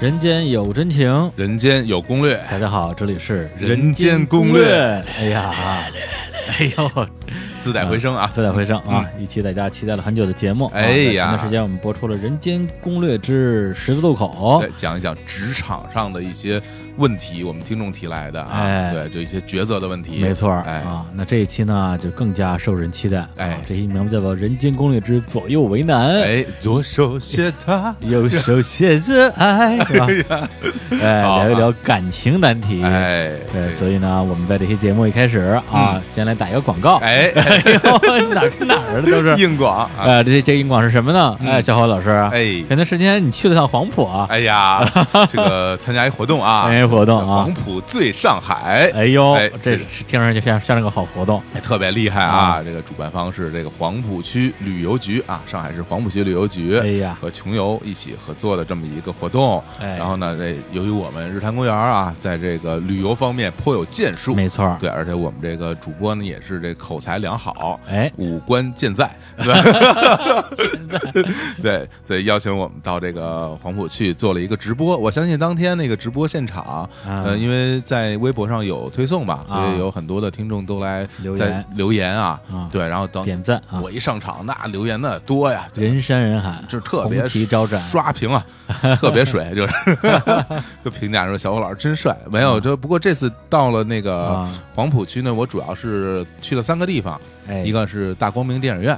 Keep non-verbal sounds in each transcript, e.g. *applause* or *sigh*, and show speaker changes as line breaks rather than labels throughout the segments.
人间有真情。
人间有攻略，
大家好，这里是
人间攻
攻
略
哎呀，哎呦，
自带回声啊！
自带回声啊！一期大家期待了很久的节目啊。
哎呀
在前段时间我们播出了《人间攻略之十字路口
对，》，讲一讲职场上的一些问题，我们听众提来的啊，
哎
对，就一些抉择的问题，
没错儿
哎，
啊。那这一期呢，就更加受人期待。
哎
啊这期名字叫做《人间攻略之左右为难》。
哎，左手写他，
右手写着爱，是吧？哎，
好啊
聊一聊感情难题。
哎，
嗯
嗯
对，
这
所以呢，我们在这期节目一开始啊，先来打一个广告。
哎，
*laughs* 哎呦，哪跟哪儿的都是。
硬广啊，
呃，这这英广是什么呢？哎，小侯老师，
嗯哎
前段时间你去了趟黄埔啊，
哎呀，这个参加一活动啊，
参加一活动啊
黄埔最上海，
哎呦
哎，
这
是
是听上去像像是个好活动，
哎特别厉害啊！这个主办方是这个黄浦区旅游局啊，上海市黄浦区旅游局，
哎呀
和穷游一起合作的这么一个活动。
哎
然后呢，这由于我们日坛公园啊，在这个旅游方面颇有建树，
没错儿
对，而且我们这个主播呢也是这口才良好，
哎
五官健在，对 *laughs* 对，所以邀请我们到这个黄埔去做了一个直播。我相信当天那个直播现场，
啊
呃，因为在微博上有推送嘛，所
啊
以有很多的听众都来
留
在
言
留言啊
啊，
对，然后当
点赞啊，
我一上场，那留言那多呀，就
人山人海，
就是特别
红旗招展，
刷屏
*laughs*
啊，特别水，就是 *laughs* 就评价说小伙老师真帅。没有，就不过这次到了那个
啊
黄浦区呢，我主要是去了三个地方，
哎，
一个是大光明电影院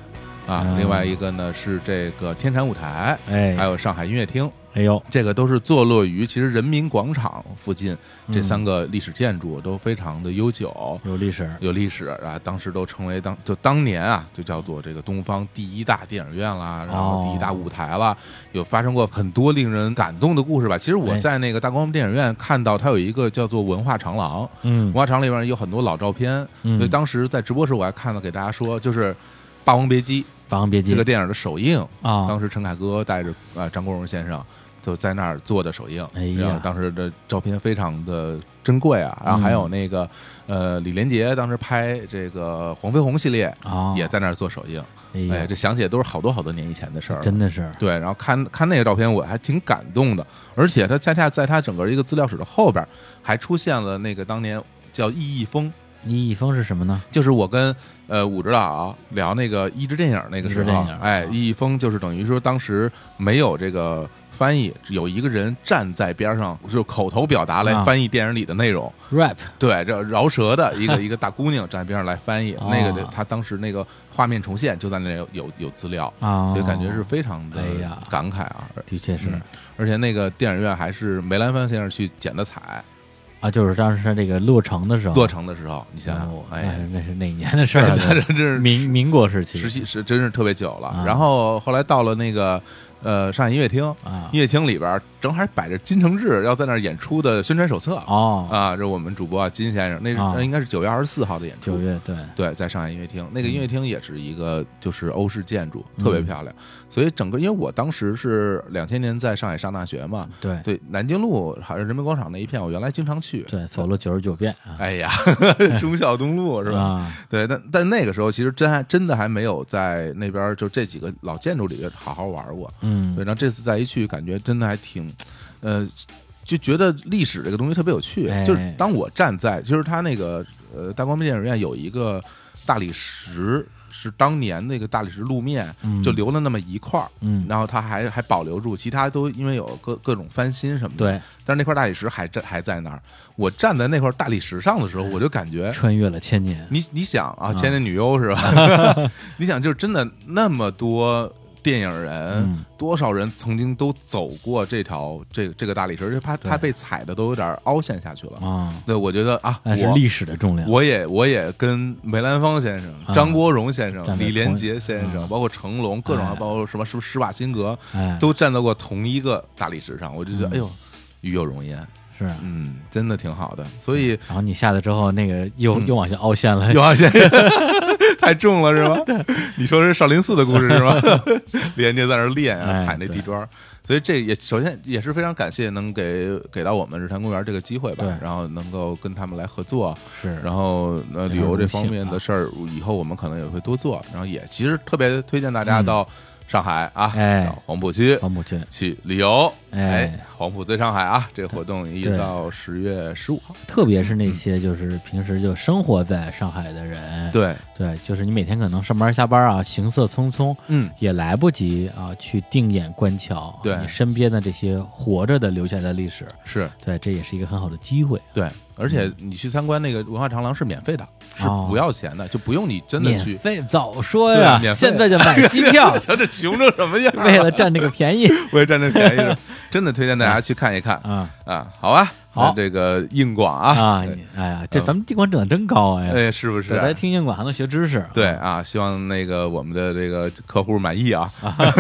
啊，
嗯
另外一个呢是这个天蟾舞台，
哎
还有上海音乐厅。
哎呦，
这个都是坐落于其实人民广场附近，这
嗯
三个历史建筑都非常的悠久，
有历史，
有历史啊，当时都成为当就当年啊，就叫做这个东方第一大电影院啦，然后第一
哦
大舞台啦，有发生过很多令人感动的故事吧。其实我
哎
在那个大光明电影院看到它有一个叫做文化长廊，
嗯
文，化长廊里边有很多老照片，
嗯
所以当时在直播时我还看到给大家说，就是《霸王别姬》
霸王别姬
这个电影的首映，
嗯啊
当，时陈凯歌带着啊、呃张国荣先生就在那儿做的首映，
哎呀
然后当时的照片非常的珍贵啊，然后还
嗯
有那个、呃李连杰当时拍这个黄飞鸿系列、
啊，
也在那儿做首映，
哎
哎，
呀，
这想起来都是好多好多年以前的事儿了，
真的是，
对，然后看看那个照片，我还挺感动的。而且它恰恰在它整个一个资料室的后边，还出现了那个当年叫易易峰，
李易峰是什么呢？
就是我跟呃武指导聊那个益智电影那个时
益智
候
电影，
哎
啊，
易易峰就是等于说当时没有这个翻译，有一个人站在边上，就是口头表达来
啊
翻译电影里的内容。
rap
对，这饶舌的
*laughs*
一个一个大姑娘站在边上来翻译，
哦
那个他当时那个画面重现就在那有有有资料。
啊，
所以感觉是非常的
哎呀
感慨啊，
的确是
嗯而且那个电影院还是梅兰芳先生去剪的彩，
啊，就是当时那个落成的时候，
落成的时候，你想想
哦，哎
哎，
那是哪年的事儿
那
了？
*laughs* 真是
民民国时期
时期是真是特别久了
啊。
然后后来到了那个呃上海音乐厅，
啊
音乐厅里边儿正好摆着金承志要在那儿演出的宣传手册
哦，
啊，这我们主播啊金先生，那是
啊
那应该是九月二十四号的演
九
出。
月对，
对，在上海音乐厅，那个音乐厅也是一个就是欧式建筑，特别
嗯
漂亮。所以整个，因为我当时是两千年在上海上大学嘛，
对
对，南京路好像人民广场那一片，我原来经常去。
对，走了九十九遍啊， *laughs*
哎呀，忠孝东路是吧？
啊
对，但但那个时候其实真还真的还没有在那边就这几个老建筑里边好好玩过。
嗯
对，然后这次再一去，感觉真的还挺，呃，就觉得历史这个东西特别有趣。
哎
就是当我站在，就是他那个呃大光明电影院有一个大理石，是当年那个大理石路面，
嗯
就留了那么一块儿。
嗯
然后它还还保留住，其他都因为有各各种翻新什么的，
对，
但是那块大理石还在还在那儿。我站在那块大理石上的时
嗯
候，我就感觉，
穿越了千年，
你你想
嗯
啊，千年女优是
*laughs*
吧？你想，就是真的那么多电影人，
嗯
多少人曾经都走过这条这这个大理石，而且它它被踩的都有点凹陷下去了。
啊，
对，我觉得啊，
那是
我
历史的重量，
我也我也跟梅兰芳先生、
啊
张国荣先生、
站在
李连
同一
杰先生，
啊
包括成龙，各种啊
哎
包括什么是不是施瓦辛格，
哎
都站到过同一个大理石上，我就觉得
嗯
哎呦，与有容焉，
是。
嗯，真的挺好的。所以
然后你下来之后，那个又
嗯
又往下凹陷了，
有啊，先 *laughs* 太重了是吗？你说是少林寺的故事是吗？
*laughs*
连接在那儿练啊，
哎
踩那地砖儿，所以这也首先也是非常感谢能给给到我们日坛公园这个机会吧
对，
然后能够跟他们来合作，
是，
然后呃
啊
旅游这方面的事儿，以后我们可能也会多做，然后也其实特别推荐大家到。上海啊，
嗯哎
到黄浦区
黄浦区，
去旅游，
哎
哎，黄浦最上海啊！这个活动一直
对
到十月十五号。
特别是
嗯
那些就是平时就生活在上海的人，
对，
对，就是你每天可能上班下班啊，行色匆匆，
嗯，
也来不及啊去定眼观瞧
对
你身边的这些活着的留下来的历史，
是
对，这也是一个很好的机会。
对，而且你去参观那个文化长廊是免费的，是
哦
不要钱的，就不用你真的
免
去。
费早说
对啊
呀
免，费
现在就买机票，
*laughs* 瞧这穷成什么样啊！
为了占这个便宜
为了占这便
*laughs*
宜是吧，真的推荐大家去看一看
啊
啊！好啊，
好
那这个硬广啊，
啊！哎呀，这咱们地广长得真高哎，
哎，是不是
对，
啊？
大家听监管还能学知识，
对啊，希望那个我们的这个客户满
*laughs*
意啊。 *laughs*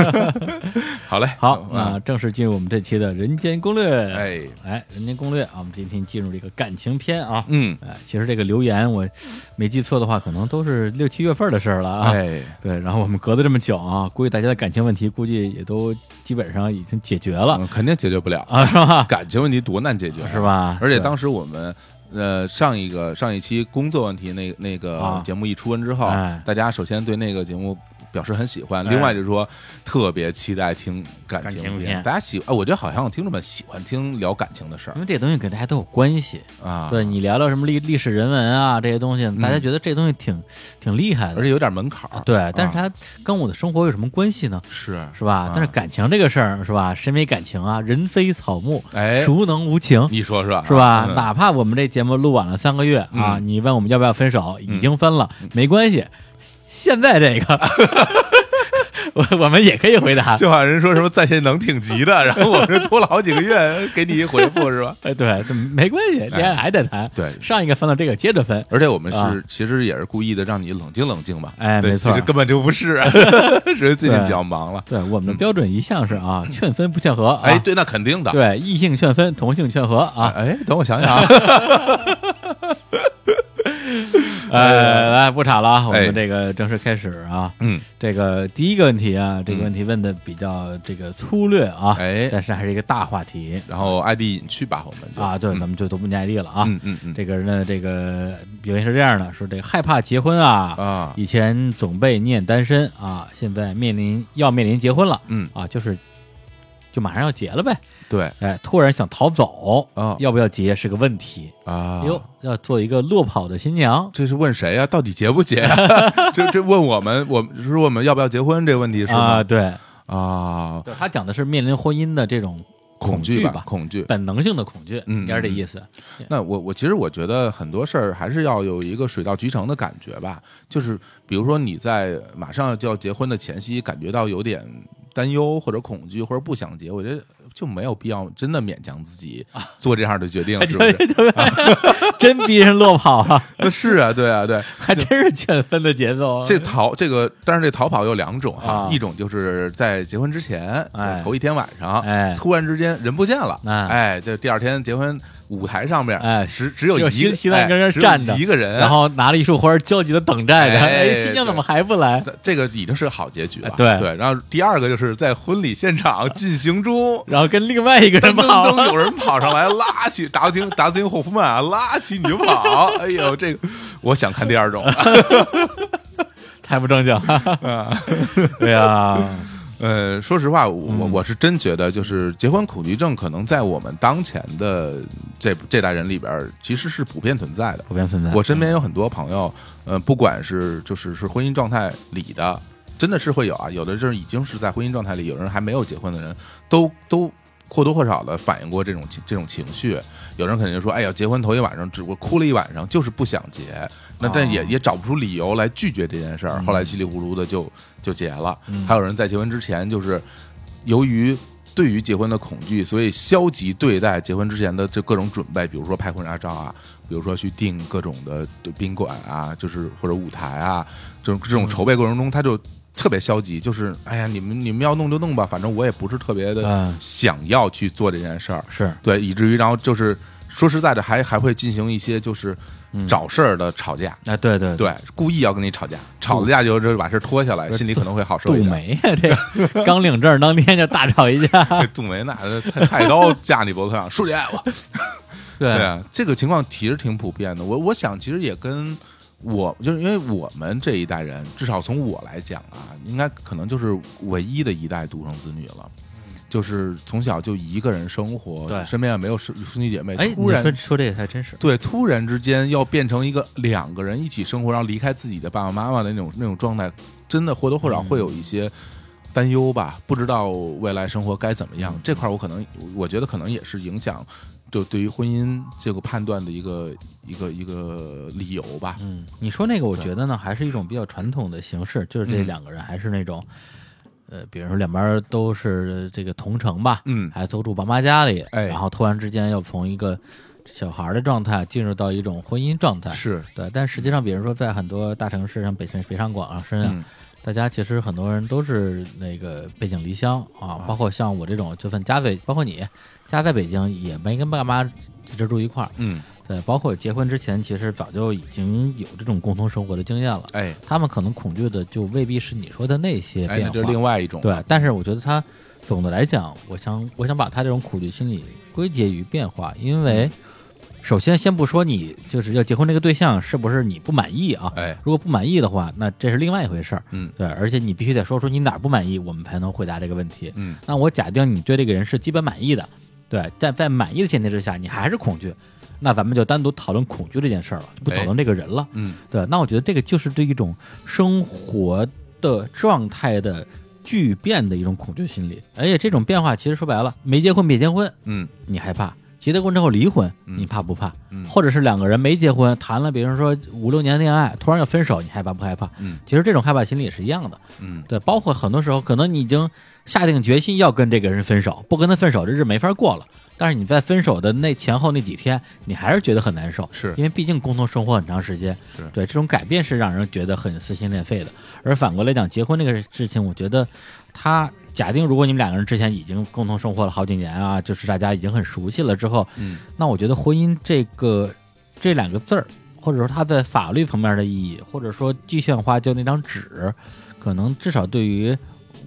好嘞，
好，那
啊，
正式进入我们这期的《人间攻略》。
哎，
来，《人间攻略》啊，我们今天进入这个感情篇啊。
嗯，
哎，其实这个留言我没记错的话，可能都是六七月份的事儿了啊。
哎，
对，然后我们隔了这么久啊，估计大家的感情问题估计也都基本上已经解决了、
嗯肯定解决不了，
啊啊，是吧？
感情问题多难解决，
是？吧？
嗯而且
对
当时我们。呃，上一个上一期工作问题那那个
啊
节目一出完之后，
哎
大家首先对那个节目表示很喜欢，
哎
另外就是说特别期待听感
感
情
情
片。
片
大家喜，啊我觉得好像听众们喜欢听聊感情的事
因
儿
为这东西跟大家都有关系，
啊，
嗯对，你聊聊什么历历史人文啊这些东西，大家觉得这东西挺、挺厉害
而
的，
且有点门槛儿，
对，但是
啊
它跟我的生活有什么关系呢？
是
是吧？但是感情这个事儿是吧？谁没感情啊？人非草木，
哎
孰能无情？
你说说
是吧？
嗯
哪怕我们这节目录晚了三个月啊，
嗯
你问我们要不要分手，已经分了，没关系。现在这
*laughs*
个，我我们也可以回答。
就好像人说什么在线能挺急的，然后我这拖了好几个月给你一回复
*laughs*
是吧？
哎，对，这没关系，恋爱还得谈。
对哎
上一个分了，这个接着分。
而且我们是、
啊
其实也是故意的让你冷静冷静嘛，
哎
对
没错
其实根本就不是，
*laughs*
只是最近比较忙了。
对，我们的标准一向是
*laughs*
啊，劝分不劝和。啊
嗯哎，对，那肯定的。
对，异性劝分，同性劝和啊。
哎，等我想想啊，
*laughs* 呃，来不吵了啊，我
哎
们这个正式开始啊。
嗯，
这个第一个问题啊，这个问题问的比较这个粗略啊，
哎
但是还是一个大话题
然后 ID 隐去吧，我们就
啊。对，咱们就都不念 ID 了啊。
嗯嗯嗯
这个人呢，这个留言是这样的，啊说这个害怕结婚啊，
啊，
以前总被念单身啊，现在面临要面临结婚了，
嗯，
啊，就是就马上要结了呗。
对
哎，突然想逃走，
啊
要不要结是个问题。
啊，
哟，要做一个落跑的新娘，
这是问谁呀、到底结不结、呀？啊 *laughs* 这这问我们，我们是问我们要不要结婚这个问题是
啊，
吗？
对，
啊，
他讲的是面临婚姻的这种恐
惧
惧
吧，恐惧。
本能性的恐惧，
嗯
应该是这意思。
那我我其实我觉得很多事儿还是要有一个水到渠成的感觉吧，就是比如说你在马上就要结婚的前夕，感觉到有点担忧或者恐惧或者不想结，我觉得就没有必要真的勉强自己
啊
做这样的决定，
哎
是不是？ *laughs*
真逼人落跑了，
那是啊，对
*laughs*
啊，对，
还真是劝分的节奏啊。
这逃这个，但是这逃跑有两种哈
啊，
一种就是在结婚之前
哎，
头一天晚上，
哎
突然之间人不见了，
哎
哎，这第二天结婚舞台上面，
哎
只只有一
有
个
新新郎
哎
跟这儿
只有
站着
一个人，
然后拿了一束花，焦急的等待着。
哎
哎，新娘怎么还不来？
这这个已经是好结局了。
哎对。
然后第二个就是在婚礼现场进行中
*laughs* *laughs* 然后跟另外一个
噔
人
噔
跑了。
噔！有人跑上来拉起达斯汀达斯汀霍夫曼啊，拉起你就跑。哎呦，这个我想看第二种。
太不正经了。
啊
对啊呀，
*laughs* 呃，说实话，我
嗯
我我是真觉得，就是结婚恐惧症可能在我们当前的这这代人里边儿，其实是普遍存在的。
普遍存在。嗯
我身边有很多朋友，呃，不管是就是是婚姻状态里的，真的是会有啊，有的就是已经是在婚姻状态里，有人还没有结婚的人，都都或多或少的反映过这种情这种情绪。有人肯定说，哎呀，结婚头一晚上只我哭了一晚上，就是不想结，那但也、
哦
也找不出理由来拒绝这件事儿，后来稀里糊涂的就就结了。
嗯
还有人在结婚之前，就是由于对于结婚的恐惧，所以消极对待结婚之前的这各种准备，比如说拍婚纱照啊，比如说去订各种的宾馆啊，就是或者舞台啊，这种
嗯
这种筹备过程中，他就特别消极，就是哎呀，你们你们要弄就弄吧，反正我也不是特别的
嗯
想要去做这件事儿，
是
对，以至于然后就是说实在的，还还会进行一些就是
嗯
找事儿的吵架。
啊，对对，
对，故意要跟你吵架，吵了架就就把事儿拖下来，
不是
心里可能会好受
杜
一点。
梅呀，这刚领证当天就大吵一架。
*laughs* 哎杜梅那菜菜刀架你
*laughs*
脖子上，书记，我对啊
对
啊，这个情况其实挺普遍的。我我想，其实也跟我就是因为我们这一代人，至少从我来讲啊，应该可能就是唯一的一代独生子女了，就是从小就一个人生活，
嗯对
身边也没有兄兄弟姐妹，
哎，你
突然
说说这个还真是，
对，突然之间要变成一个两个人一起生活，然后离开自己的爸爸妈妈的那种那种状态，真的或多或少会有一些担忧吧，不知道未来生活该怎么样。
嗯
这块儿我可能，我觉得可能也是影响，就对于婚姻这个判断的一个一个一个理由吧。
嗯，你说那个，我觉得呢，还是一种比较传统的形式，就是这
嗯
两个人还是那种，呃，比如说两边都是这个同城吧，
嗯
还都住爸妈家里，
哎
然后突然之间要从一个小孩的状态进入到一种婚姻状态，
是，
对，但实际上，比如说在很多大城市，像北上北上广啊、深圳啊，
嗯
大家其实很多人都是那个背井离乡啊，包括像我这种，就算家在，包括你家在北京，也没跟爸妈一直住一块儿。
嗯，
对，包括结婚之前，其实早就已经有这种共同生活的经验了。
哎，
他们可能恐惧的就未必是你说的那些
哎，
变
那
化，
就是另外一种了，
对。但是我觉得他总的来讲，我想我想把他这种恐惧心理归结于变化，因为首先先不说你就是要结婚这个对象是不是你不满意啊，
哎，
如果不满意的话，那这是另外一回事儿。
嗯
对，而且你必须得说出你哪儿不满意，我们才能回答这个问题。
嗯，
那我假定你对这个人是基本满意的，对，但在满意的前提之下，你还是恐惧，那咱们就单独讨论恐惧这件事儿了，就不讨论这个人了。
嗯，
对，那我觉得这个就是对一种生活的状态的巨变的一种恐惧心理，而且这种变化其实说白了，没结婚没结婚，
嗯，
你害怕；结了婚之后离婚，
嗯
你怕不怕？
嗯
或者是两个人没结婚，谈了比如说五六年恋爱，突然要分手，你害怕不害怕？
嗯，
其实这种害怕心理也是一样的。
嗯，
对，包括很多时候，可能你已经下定决心要跟这个人分手，不跟他分手，这日没法过了。但是你在分手的那前后那几天，你还是觉得很难受，
是
因为毕竟共同生活很长时间，
是
对这种改变是让人觉得很撕心裂肺的。而反过来讲，结婚这个事情，我觉得他假定如果你们两个人之前已经共同生活了好几年啊，就是大家已经很熟悉了之后，
嗯，
那我觉得婚姻这个这两个字儿，或者说它在法律层面的意义，或者说具象化就那张纸，可能至少对于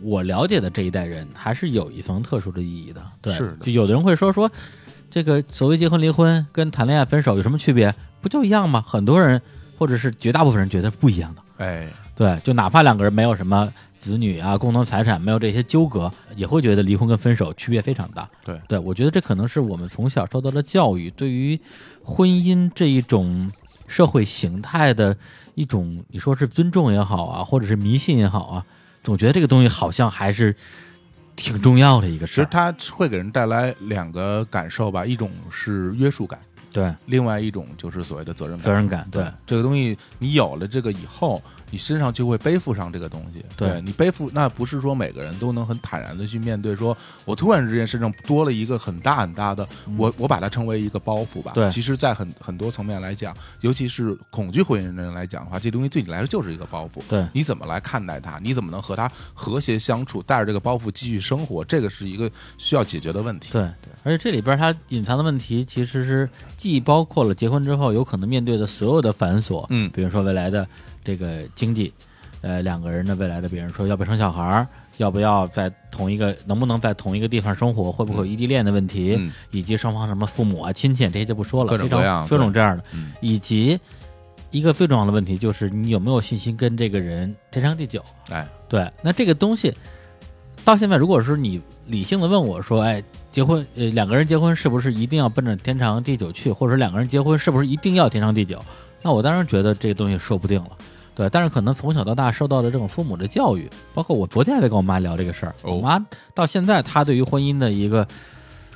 我了解的这一代人，还是有一层特殊的意义的。对，
是的
就有的人会说说，这个所谓结婚离婚跟谈恋爱分手有什么区别？不就一样吗？很多人或者是绝大部分人觉得不一样的。
哎，
对，就哪怕两个人没有什么子女啊、共同财产，没有这些纠葛，也会觉得离婚跟分手区别非常大。
对
对，我觉得这可能是我们从小受到的教育对于婚姻这一种社会形态的一种，你说是尊重也好啊，或者是迷信也好啊，总觉得这个东西好像还是挺重要的一个
其
事
实
儿。
它会给人带来两个感受吧，一种是约束感。
对，
另外一种就是所谓的责任
责
感。
任感，对，
这个东西，你有了这个以后，你身上就会背负上这个东西。
对
你背负，那不是说每个人都能很坦然的去面对说。我突然之间身上多了一个很大很大的，我我把它称为一个包袱吧。
嗯对
其实，在很很多层面来讲，尤其是恐惧婚姻的人来讲的话，这东西对你来说就是一个包袱。
对
你怎么来看待它？你怎么能和它和谐相处，带着这个包袱继续生活？这个是一个需要解决的问题。
对，而且这里边它隐藏的问题其实是既包括了结婚之后有可能面对的所有的繁琐，
嗯
比如说未来的这个经济，呃，两个人的未来的，比如说要不要生小孩儿，要不要在同一个，能不能在同一个地方生活，会不会有异地恋的问题，
嗯
以及双方什么父母啊、亲戚啊这些就不说了，
各种
非
各样
常各种
对
这样的，
嗯
以及一个最重要的问题就是你有没有信心跟这个人天长地久。
哎，
对，那这个东西到现在，如果是你理性的问我说，哎，结婚呃两个人结婚是不是一定要奔着天长地久去，或者说两个人结婚是不是一定要天长地久？那我当然觉得这个东西说不定了。对，但是可能从小到大受到的这种父母的教育，包括我昨天还在跟我妈聊这个事儿，
哦
我妈到现在她对于婚姻的一个，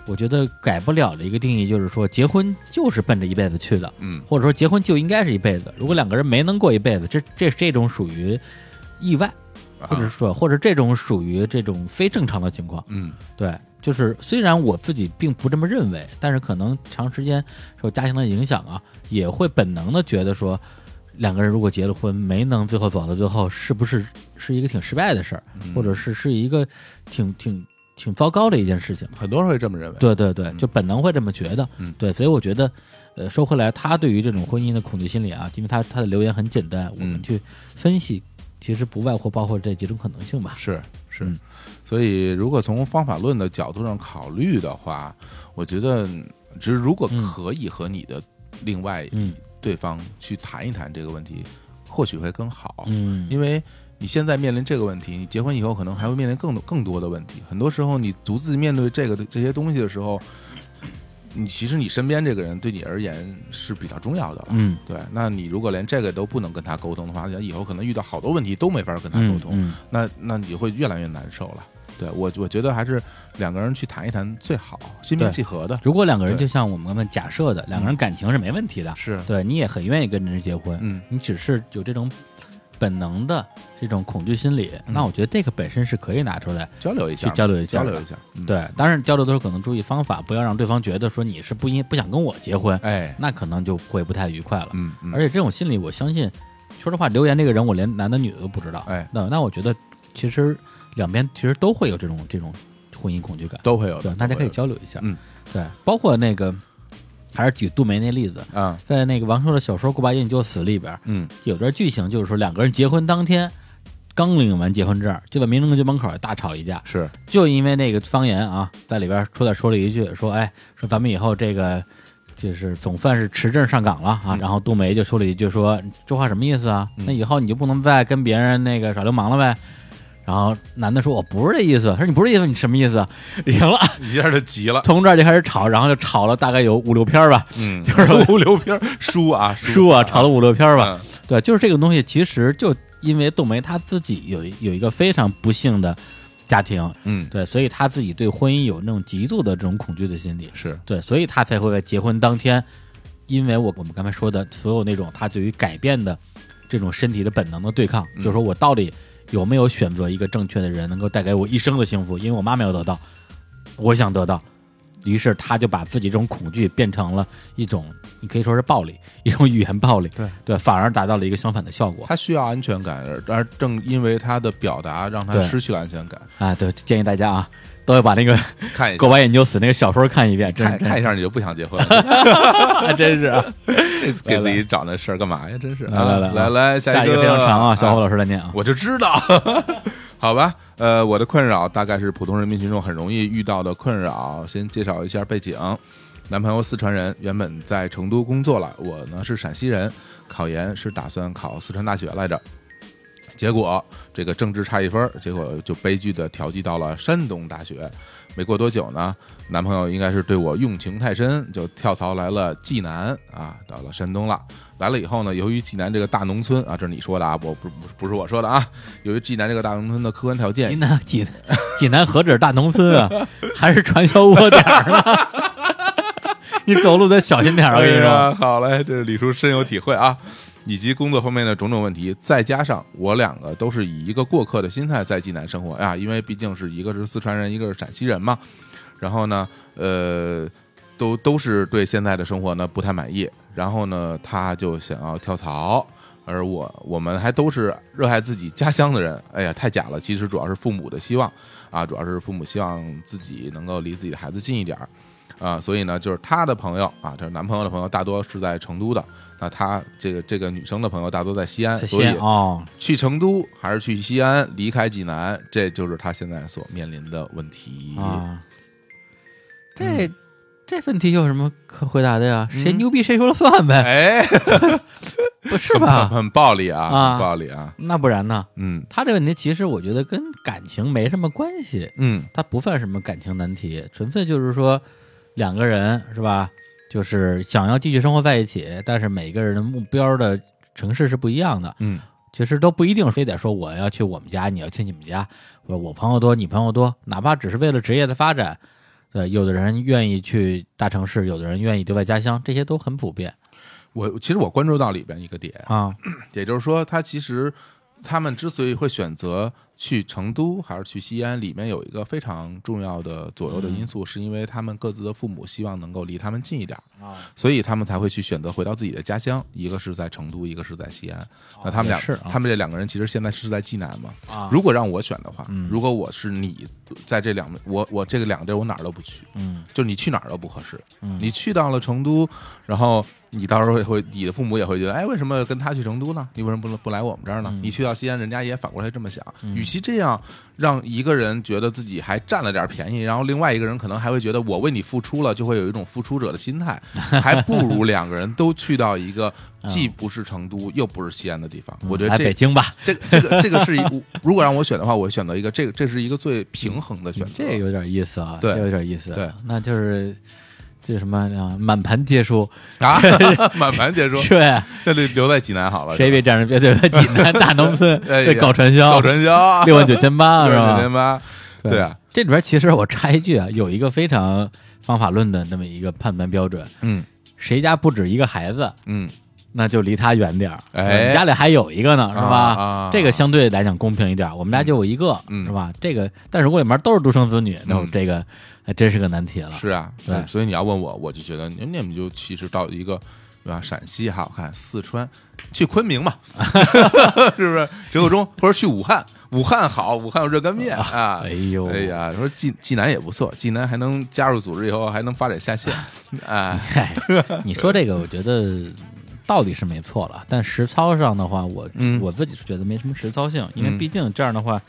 我觉得改不了的一个定义就是说，结婚就是奔着一辈子去的，
嗯，
或者说结婚就应该是一辈子。如果两个人没能过一辈子，这这这种属于意外，或者
啊
说或者这种属于这种非正常的情况。
嗯
对，就是虽然我自己并不这么认为，但是可能长时间受家庭的影响啊，也会本能的觉得说，两个人如果结了婚没能最后走到最后，是不是是一个挺失败的事儿，
嗯
或者是是一个挺挺挺糟糕的一件事情。
很多人会这么认为。
对对对，就本能会这么觉得。
嗯
对，所以我觉得，呃，说回来，他对于这种婚姻的恐惧心理啊，因为他他的留言很简单，我们
嗯
去分析，其实不外乎包括这几种可能性吧。
是是，
嗯
所以如果从方法论的角度上考虑的话，我觉得，只是如果可以和你的另外
嗯
对方去谈一谈这个问题，或许会更好。
嗯，
因为你现在面临这个问题，你结婚以后可能还会面临更多更多的问题。很多时候，你独自面对这个这些东西的时候，你其实你身边这个人对你而言是比较重要的了。
嗯，
对，那你如果连这个都不能跟他沟通的话，那以后可能遇到好多问题都没法跟他沟
嗯
通，
嗯，
那那你会越来越难受了。对我，我觉得还是两个人去谈一谈最好，心平
对
气和的。
如果两个人
对
就像我们刚才假设的，两个人感情是没问题的，
是，
对你也很愿意跟人结婚，
嗯，
你只是有这种本能的这种恐惧心理，
嗯
那我觉得这个本身是可以拿出来。
交流一下，
去交流一下
交流一下。嗯，
对，当然交流的时候可能注意方法，不要让对方觉得说你是不应不想跟我结婚，
哎，
那可能就会不太愉快了。
嗯嗯，
而且这种心理，我相信，说实话，留言这个人我连男的女的都不知道。
哎
那那我觉得其实两边其实都会有这种这种婚姻恐惧感，
都会有的
对，
都
大家
会
可以
有的
交流一下。
嗯，
对，包括那个还是举杜梅那例子，
啊，
在那个王朔的小说《过把瘾就死》里边，
嗯，
有段剧情就是说两个人结婚当天。刚领完结婚证，就在民政局门口大吵一架，
是
就因为那个方言啊，在里边出来说了一句，说哎，说咱们以后这个就是总算是持证上岗了啊。然后杜梅就说了一句说这话什么意思啊？那以后你就不能再跟别人那个耍流氓了呗。然后男的说：“我不是这意思。”他说：“你不是这意思，你什么意思啊？” *laughs* 赢了，
一下就急了，
从这儿就开始吵，然后就吵了大概有五六篇儿吧， *laughs*
嗯，
就是
*laughs* 物流片儿嗯输啊
书啊，吵了五六篇儿吧。
吧，
对，就是这个东西，其实就因为杜梅她自己有一有一个非常不幸的家庭，
嗯，
对，所以她自己对婚姻有那种极度的这种恐惧的心理，
是
对，所以她才会在结婚当天，因为我我们刚才说的所有那种她对于改变的这种身体的本能的对抗，
嗯
就是说我到底有没有选择一个正确的人，能够带给我一生的幸福？因为我妈没有得到，我想得到。于是她就把自己这种恐惧变成了一种，你可以说是暴力，一种语言暴力。
对
对，反而达到了一个相反的效果。
他需要安全感，而而正因为他的表达让他
对
失去了安全感。
啊，对，建议大家啊，都要把那个《
看一下
狗，白研究死》那个小说看一遍，真
看
是真
看一下你就不想结婚了， *laughs*
是 *laughs* 真是啊！
这次给自己找那事儿干嘛呀？真是
来来
啊来来，
下
一
个非常长啊，小
伙
虎老师来念啊。
我就知道， *laughs* 好吧。呃，我的困扰大概是普通人民群众很容易遇到的困扰。先介绍一下背景，男朋友四川人，原本在成都工作了。我呢是陕西人，考研是打算考四川大学来着。结果这个政治差一分儿，结果就悲剧的调剂到了山东大学。没过多久呢，男朋友应该是对我用情太深，就跳槽来了济南啊，到了山东了。来了以后呢，由于济南这个大农村啊，这是你说的啊，我不不不是我说的啊，由于济南这个大农村的客观条件
济，南济南济南何止大农村啊，还是传销窝点儿呢。 *laughs* 你走路得小心点儿啊，我跟你
哎
说。
呀，好嘞，这是李叔深有体会啊，以及工作方面的种种问题，再加上我两个都是以一个过客的心态在济南生活啊，因为毕竟是一个是四川人，一个是陕西人嘛，然后呢，呃，都都是对现在的生活呢不太满意，然后呢，他就想要跳槽。而我，我们还都是热爱自己家乡的人，哎呀，太假了！其实主要是父母的希望啊，主要是父母希望自己能够离自己的孩子近一点儿，啊，所以呢，就是她的朋友啊，就是男朋友的朋友，大多是在成都的。那她这个这个女生的朋友大多在西安，所
西安
以
哦，
去成都还是去西安，离开济南，这就是她现在所面临的问题。
啊，这这问题有什么可回答的呀？谁牛逼谁说了算呗，
哎，
*laughs* 不是
很
吧？
很暴力啊，
啊
很暴力啊，
那不然呢？
嗯
他这问题其实我觉得跟感情没什么关系，
嗯，
它不算什么感情难题，纯粹就是说两个人是吧？就是想要继续生活在一起，但是每个人的目标的城市是不一样的，
嗯，
其实都不一定非得说我要去我们家，你要去你们家，我我朋友多，你朋友多，哪怕只是为了职业的发展，对，有的人愿意去大城市，有的人愿意留在家乡，这些都很普遍
我其实我关注到里边一个点，
啊。
也就是说，他其实他们之所以会选择去成都还是去西安，里面有一个非常重要的左右的因素，是因为他们各自的父母希望能够离他们近一点儿
啊，
所以他们才会去选择回到自己的家乡，一个是在成都，一个是在西安。那他们俩
也是啊，
他们这两个人其实现在是在济南嘛
啊。嗯
如果让我选的话，如果我是你，在这两我我这个两个地儿我哪儿都不去，
嗯，
就是你去哪儿都不合适。你去到了成都，然后你到时候也会，你的父
嗯
母也会觉得，哎，为什么跟他去成都呢？你为什么不不来我们这儿呢？你去到西安，人家也反过来这么想。与其这样让一个人觉得自己还占了点便宜，然后另外一个人可能还会觉得我为你付出了，就会有一种付出者的心态， *laughs* 还不如两个人都去到一个既不是成都又不是西安的地方。我觉得
来
这
嗯
啊
北京吧，
这个这个这个是一，如果让我选的话，我会选择一个这个，这是一个最平衡的选择。
这有点意思啊，
对
这有点意思，
对，
那就是这什么啊，满盘皆输，
啊， *laughs* 满盘皆输，
是呗？
*laughs* 这就留在济南好了。
谁被
别
占着别对吧？济南 *laughs* 大农村
*laughs* 哎
被搞传销
搞，传销，
*laughs*
啊
六万九千八
*laughs*
是
九
吧
千？八，对啊，，
这里边其实我插一句啊，有一个非常方法论的那么一个判断标准，
嗯
谁家不止一个孩子，
嗯，
那就离他远点儿。
哎
我们家里还有一个呢，是吧？
啊啊
这个相对来讲公平一点儿。我们家就我一个，
嗯
是吧？这个，但如果里面都是独生子女，那我
嗯
这个还真是个难题了。
是啊，
对
所以所以你要问我，我就觉得你你们就其实到一个。对吧？陕西还好看，四川去昆
*laughs*
明嘛，是不是？折个中，或者去武汉，武汉好，武汉有热干面啊！
哎呦
哎呀，说济济南也不错，济南还能加入组织以后还能发展下线，啊，
嗨， *laughs* 你说这个，我觉得嗯道理是没错了，但实操上的话，我、
嗯
我自己是觉得没什么实操性，因为
嗯
毕竟这样的话，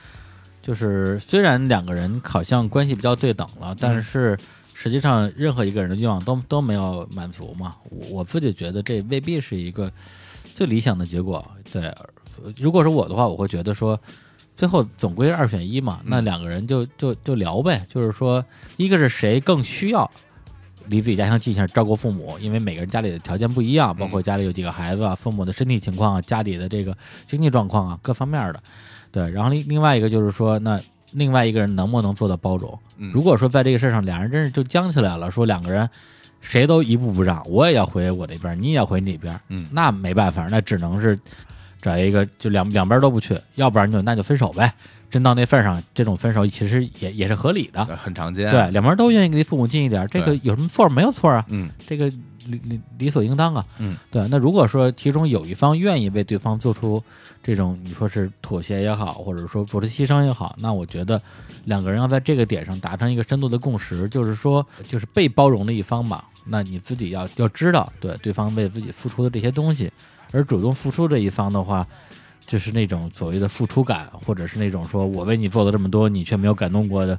就是虽然两个人好像关系比较对等了，但是实际上任何一个人的愿望都都没有满足嘛。我我自己觉得这未必是一个最理想的结果。对，呃如果是我的话，我会觉得说。最后总归是二选一嘛，那两个人就就就聊呗，就是说，一个是谁更需要，离自己家乡近一些，照顾父母，因为每个人家里的条件不一样，包
嗯
括家里有几个孩子啊，父母的身体情况啊，家里的这个经济状况啊，各方面的。对，然后另另外一个就是说，那另外一个人能不能做到包容？
嗯
如果说在这个事儿上，俩人真是就僵起来了，说两个人谁都一步不让，我也要回我这边儿，你也要回你边儿，
嗯
那没办法，那只能是找一个就两两边儿都不去，要不然就那就分手呗。真到那份儿上，这种分手其实也也是合理的。
呃很常见，
对，，两边儿都愿意离父母近一点儿，这个有什么错儿没有错儿啊？
嗯
这个理理理所应当啊。
嗯，
对。那如果说其中有一方愿意为对方做出这种你说是妥协也好，或者说做出牺牲也好，那我觉得两个人要在这个点上达成一个深度的共识，就是说，就是被包容的一方吧，那你自己要要知道，对对方为自己付出的这些东西，而主动付出这一方的话。就是那种所谓的付出感，或者是那种说我为你做了这么多，你却没有感动过的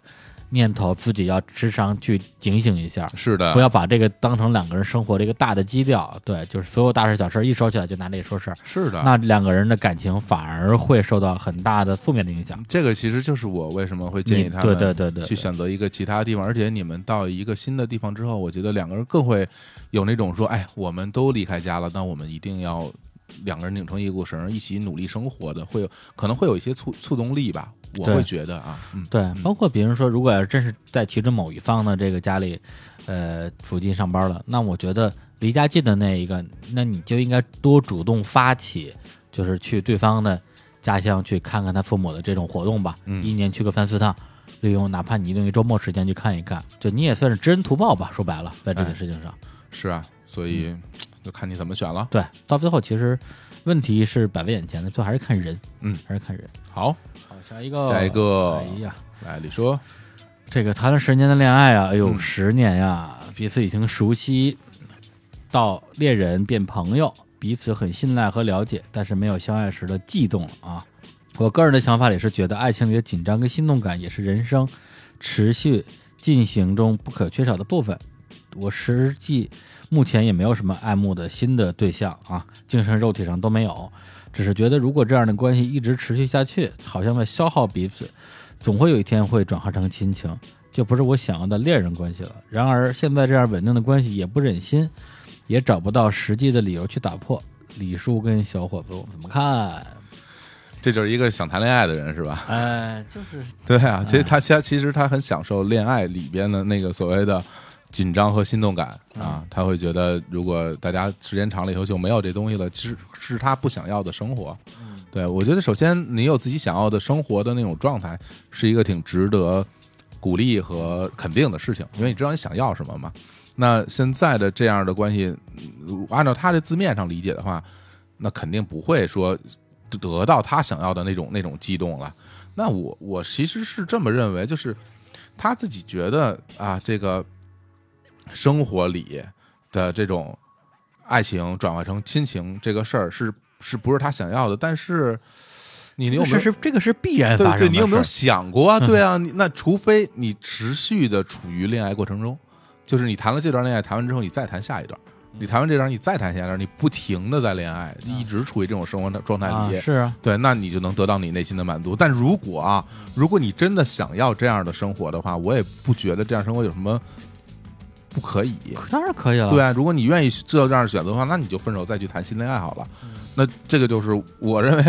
念头，自己要时常去警醒一下。
是的，
不要把这个当成两个人生活的一个大的基调，对，就是所有大事小事一说起来就拿这说事儿，
是的，
那两个人的感情反而会受到很大的负面的影响。
这个其实就是我为什么会建议
你
他们
对对对对对
去选择一个其他地方，而且你们到一个新的地方之后，我觉得两个人更会有那种说，哎，我们都离开家了，那我们一定要两个人拧成一股绳，一起努力生活的，会有可能会有一些促促动力吧，我
对
会觉得啊，嗯，
对，包括比如说，如果要真是在其中某一方的这个家里，呃，附近上班了，那我觉得离家近的那一个，那你就应该多主动发起，就是去对方的家乡去看看他父母的这种活动吧，
嗯
一年去个三四趟。利用哪怕你利用一周末时间去看一看，就你也算是知恩图报吧。说白了，在这
哎
件事情上，
是啊，所以。就看你怎么选了。
对，到最后其实问题是摆在眼前的，最后还是看人，
嗯，
还是看人。
好，
好，下一个，
下一个
哎呀，
来李说，
这个谈了十年的恋爱啊，哎呦，
嗯
十年呀，彼此已经熟悉到恋人变朋友，彼此很信赖和了解，但是没有相爱时的悸动了啊。我个人的想法里是觉得，爱情里的紧张跟心动感也是人生持续进行中不可缺少的部分。我实际目前也没有什么爱慕的新的对象啊，精神、肉体上都没有，只是觉得如果这样的关系一直持续下去，好像在消耗彼此，总会有一天会转化成亲情，就不是我想要的恋人关系了。然而现在这样稳定的关系也不忍心，也找不到实际的理由去打破。李叔跟小伙子我们怎么看？
这就是一个想谈恋爱的人是吧？
哎，就是
对啊，其实他他其实他很享受恋爱里边的那个所谓的紧张和心动感啊，他会觉得如果大家时间长了以后就没有这东西了，其实是他不想要的生活。对，我觉得首先你有自己想要的生活的那种状态，是一个挺值得鼓励和肯定的事情，因为你知道你想要什么嘛。那现在的这样的关系，嗯按照他的字面上理解的话，那肯定不会说得到他想要的那种那种激动了。那我我其实是这么认为，就是他自己觉得啊，这个生活里的这种爱情转化成亲情这个事儿是是不是他想要的？但是你有没
*laughs*
有
是是这个是必然发生
对
的
对，你有没
事儿
有
嗯
想过啊？对啊，你那除非你持续的处于恋爱过程中，就是你谈了这段恋爱，谈完之后你再谈下一段，你谈完这段你再谈下一段，你不停的在恋爱，一直处于这种生活的状态
啊？
里，
是啊，
对，那你就能得到你内心的满足。但如果啊，如果你真的想要这样的生活的话，我也不觉得这样生活有什么不可以。
可当然可以了。
对啊，如果你愿意做这样的选择的话，那你就分手再去谈新恋爱好了。
嗯
那这个就是我认为，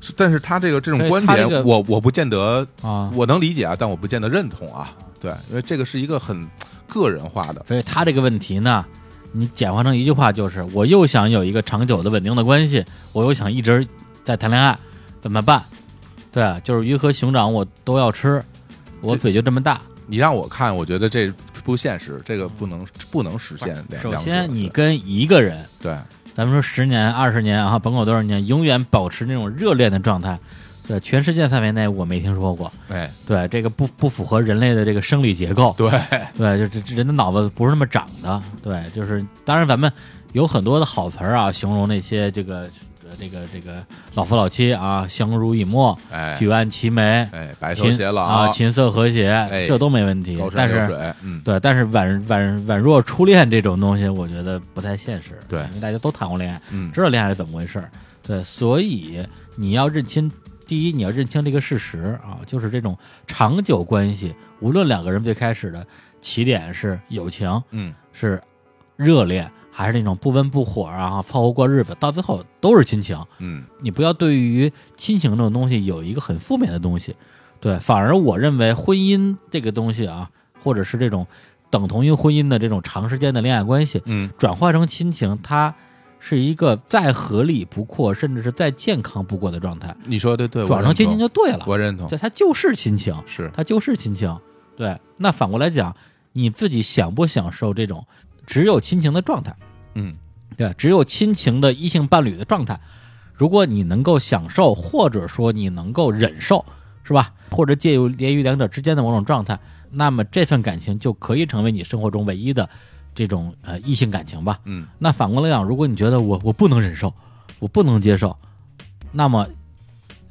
是但是他这个这
所
种
以
观
他
点，
这个
我我不见得
啊，
我能理解啊，但我不见得认同啊。对，因为这个是一个很个人化的。
所以他这个问题呢，你简化成一句话就是：我又想有一个长久的稳定的关系，我又想一直在谈恋爱，怎么办？对啊，就是鱼和熊掌我都要吃，我
这
嘴就这么大。
你让我看，我觉得这不现实，这个不能不能实现两。
首
两者
先，你跟一个人，
对
咱们说十年、二十年啊，甭管多少年，永远保持那种热恋的状态，对，全世界范围内我没听说过。
对，哎，
对，这个不不符合人类的这个生理结构。
对，
对，就这这人的脑子不是那么长的。对，就是当然咱们有很多的好词儿啊，形容那些这个呃这个这个老夫老妻啊，相濡以沫，
哎
*laughs* 举案齐眉，
哎，白头
琴
偕老
啊，琴瑟和谐，
哎
这都没问题
高。山
但
流
是
水，嗯，
对，但是宛宛宛若初恋这种东西，我觉得不太现实。
对
因为大家都谈过恋爱，
嗯
知道恋爱是怎么回事儿。对，所以你要认清，第一你要认清这个事实啊，就是这种长久关系，无论两个人最开始的起点是友情，
嗯，
是热恋，还是那种不温不火啊，凑合过日子，到最后都是亲情。
嗯，
你不要对于亲情这种东西有一个很负面的东西，对，反而我认为婚姻这个东西啊，或者是这种等同于婚姻的这种长时间的恋爱关系，
嗯，
转化成亲情，它是一个再合理不过，甚至是再健康不过的状态。
你说的对，我
转成
认
亲
同
情就对了，
我认同，
对，它就是亲情，
是
它就是亲情。对，那反过来讲，你自己享不享受这种只有亲情的状态？
嗯，
对，只有亲情的异性伴侣的状态。如果你能够享受，或者说你能够忍受，是吧？或者介于介于两者之间的某种状态，那么这份感情就可以成为你生活中唯一的这种呃异性感情吧。
嗯，
那反过来讲，如果你觉得我我不能忍受，我不能接受，那么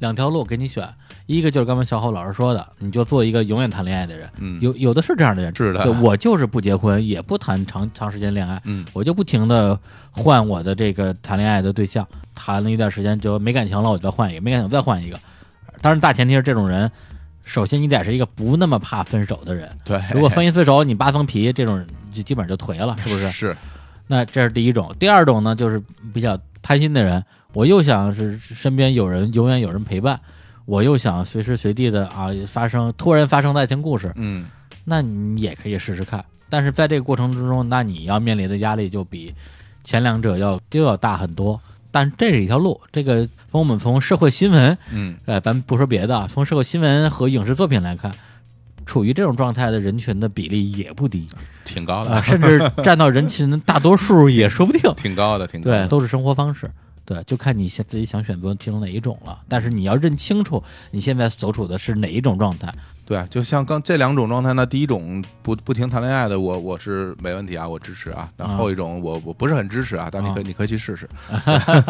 两条路给你选，一个就是刚才小侯老师说的，你就做一个永远谈恋爱的人。
嗯
有有的是这样的人，
是的
对我就是不结婚，也不谈长长时间恋爱，
嗯，
我就不停的换我的这个谈恋爱的对象，谈了一段时间就没感情了，我就再换一个，没感情我再换一个。当然，大前提是这种人，首先你得是一个不那么怕分手的人。
对，
如果分一次手你八层皮，这种人就基本上就颓了，是不是？
是
那这是第一种。第二种呢，就是比较贪心的人，我又想是身边有人永远有人陪伴，我又想随时随地的啊发生突然发生的爱情故事，
嗯，
那你也可以试试看。但是在这个过程之中，那你要面临的压力就比前两者要又要大很多。但这是一条路，这个从我们从社会新闻，
嗯，
呃，咱们不说别的啊，从社会新闻和影视作品来看，处于这种状态的人群的比例也不低
挺高
啊、
的，
甚至占到人群的大多数也说不
*laughs*
定。
挺高的，挺高
对，
的，
都是生活方式。对，就看你现自己想选择其中哪一种了。但是你要认清楚你现在所处的是哪一种状态。
对，就像刚这两种状态呢，第一种不不停谈恋爱的，我我是没问题啊，我支持啊。然
啊
后后一种我我不是很支持啊，但你可
啊
以、你可以去试试。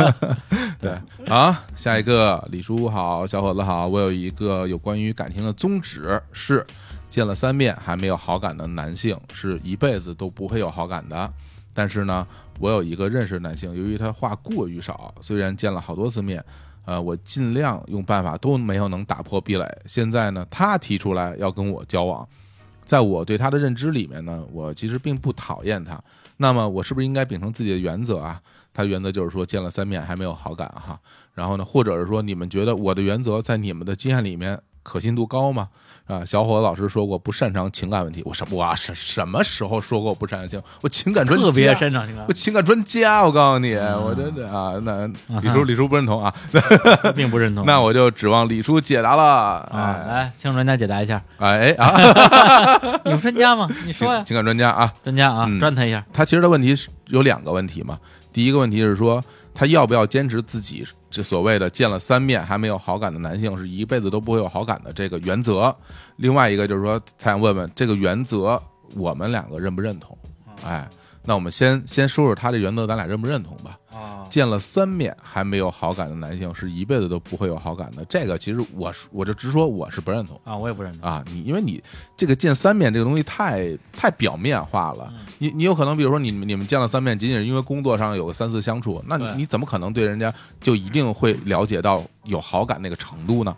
*laughs*
对啊，下一个李叔好，小伙子好，我有一个有关于感情的宗旨是，见了三面还没有好感的男性是一辈子都不会有好感的。但是呢，我有一个认识的男性，由于他话过于少，虽然见了好多次面，呃，我尽量用办法都没有能打破壁垒。现在呢，他提出来要跟我交往，在我对他的认知里面呢，我其实并不讨厌他。那么我是不是应该秉承自己的原则啊？他原则就是说见了三面还没有好感哈、然后呢，或者是说你们觉得我的原则在你们的经验里面可信度高吗？啊，小伙子老师说过不擅长情感问题，我什么我什什么时候说过我不擅长情？我情感专家，
特别擅嗯长性啊
*laughs* 我情感专家，我告诉你，我真的啊，那李叔李叔不认同啊，
格，并不认同。
那我哎就指望李叔解答了。
嗯啊，来，请专家解答一下。
哎哎
*laughs*
啊，
你们专家吗？你
情
说
*laughs*
呀，
情感专家啊，
专家啊
嗯，
转他一下。
他其实的问题是有两个问题嘛。第一个问题是说，他要不要坚持自己这所谓的见了三面还没有好感的男性是一辈子都不会有好感的这个原则？
嗯
另外一个就是说，他想问问这个原则我们两个认不认同？哎，那我们先先说说他这原则，咱俩认不认同吧？
啊，
见了三面还没有好感的男性，是一辈子都不会有好感的。这个其实我是我就直说，我是不认同
啊，我也不认同。
啊。你因为你这个见三面这个东西太太表面化了，
嗯
你你有可能比如说你你们见了三面，仅仅是因为工作上有个三次相处，那你
对
你怎么可能对人家就一定会了解到有好感那个程度呢？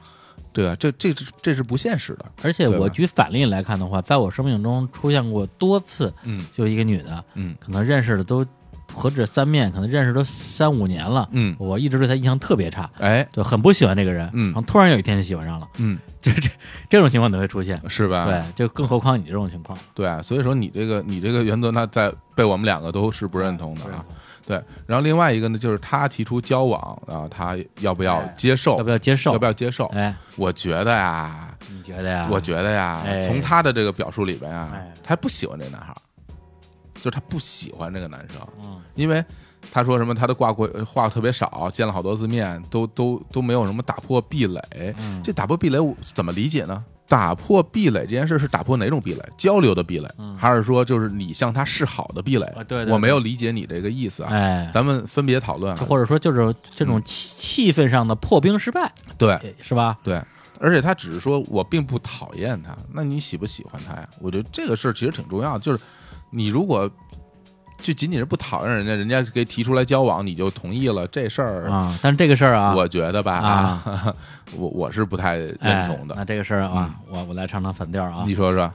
对啊，这这是这是不现实的。
而且
对吧
我举反例来看的话，在我生命中出现过多次，
嗯
就是一个女的，
嗯
可能认识的都何止三面，可能认识都三五年了，
嗯，
我一直对她印象特别差，
哎，
就很不喜欢这个人。
嗯
然后突然有一天就喜欢上了，
嗯，
*laughs* 就这这种情况都会出现。
是吧？
对，就更何况你这种情况，
对啊，所以说你这个你这个原则，那在被我们两个都是不认同的啊。对，然后另外一个呢，就是他提出交往啊，他要不要
哎
接受？
要不要接受？
要不要接受？
哎，
我觉得呀，
你觉得呀？
我觉得呀
啊哎，
从他的这个表述里边啊
哎，
他不喜欢这男孩儿，就是他不喜欢这个男生，
嗯，
因为他说什么他的话过话特别少，见了好多次面，都都都没有什么打破壁垒。
嗯
这打破壁垒我怎么理解呢？打破壁垒这件事是打破哪种壁垒？交流的壁垒，
嗯
还是说就是你向他示好的壁垒？
啊对对
我没有理解你这个意思啊。嗯
哎，
咱们分别讨论啊
就。或者说就是这种气气氛上的破冰失败，
对
哎是吧？
对，而且他只是说我并不讨厌他，那你喜不喜欢他呀？我觉得这个事儿其实挺重要的，就是你如果就仅仅是不讨厌人家，人家给提出来交往，你就同意了这事儿。
啊，但是这个事儿啊，
我觉得吧，
啊
啊 *laughs* 我我是不太认
哎
同的。嗯
那这个事儿啊，我我来尝尝反调啊。
你说说，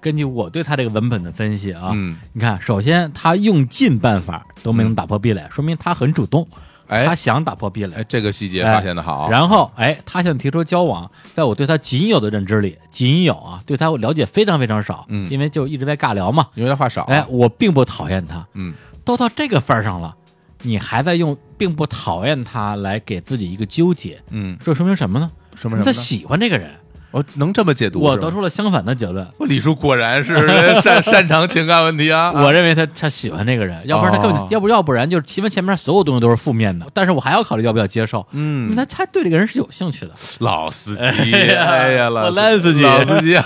根据我对他这个文本的分析啊，
嗯，
你看，首先他用尽办法都没能打破壁垒，说明他很主动，
哎
他想打破壁垒。
哎，这个细节发
哎
现的好，
然后，哎，他想提出交往，在我对他仅有的认知里，仅有啊，对他了解非常非常少，
嗯
因为就一直在尬聊嘛。
因为他话少，
哎，，我并不讨厌他，
嗯，
都到这个份儿上了，你还在用并不讨厌他来给自己一个纠结，
嗯，
这说明什么呢？
什么
你
什
在
么？
喜欢这个人。
我能这么解读？啊
我
是吧
得出了相反的结论，
我李叔果然
*laughs*
是擅擅长情感问题啊！
我认为他他喜欢这个人，要不然他根本、
哦
要不要不然就是前面前面所有东西都是负面的，但是我还要考虑要不要接受，因为
嗯，
他他对这个人是有兴
*laughs*
趣的，
老司机，哎呀，老
我烂司机
老司机，啊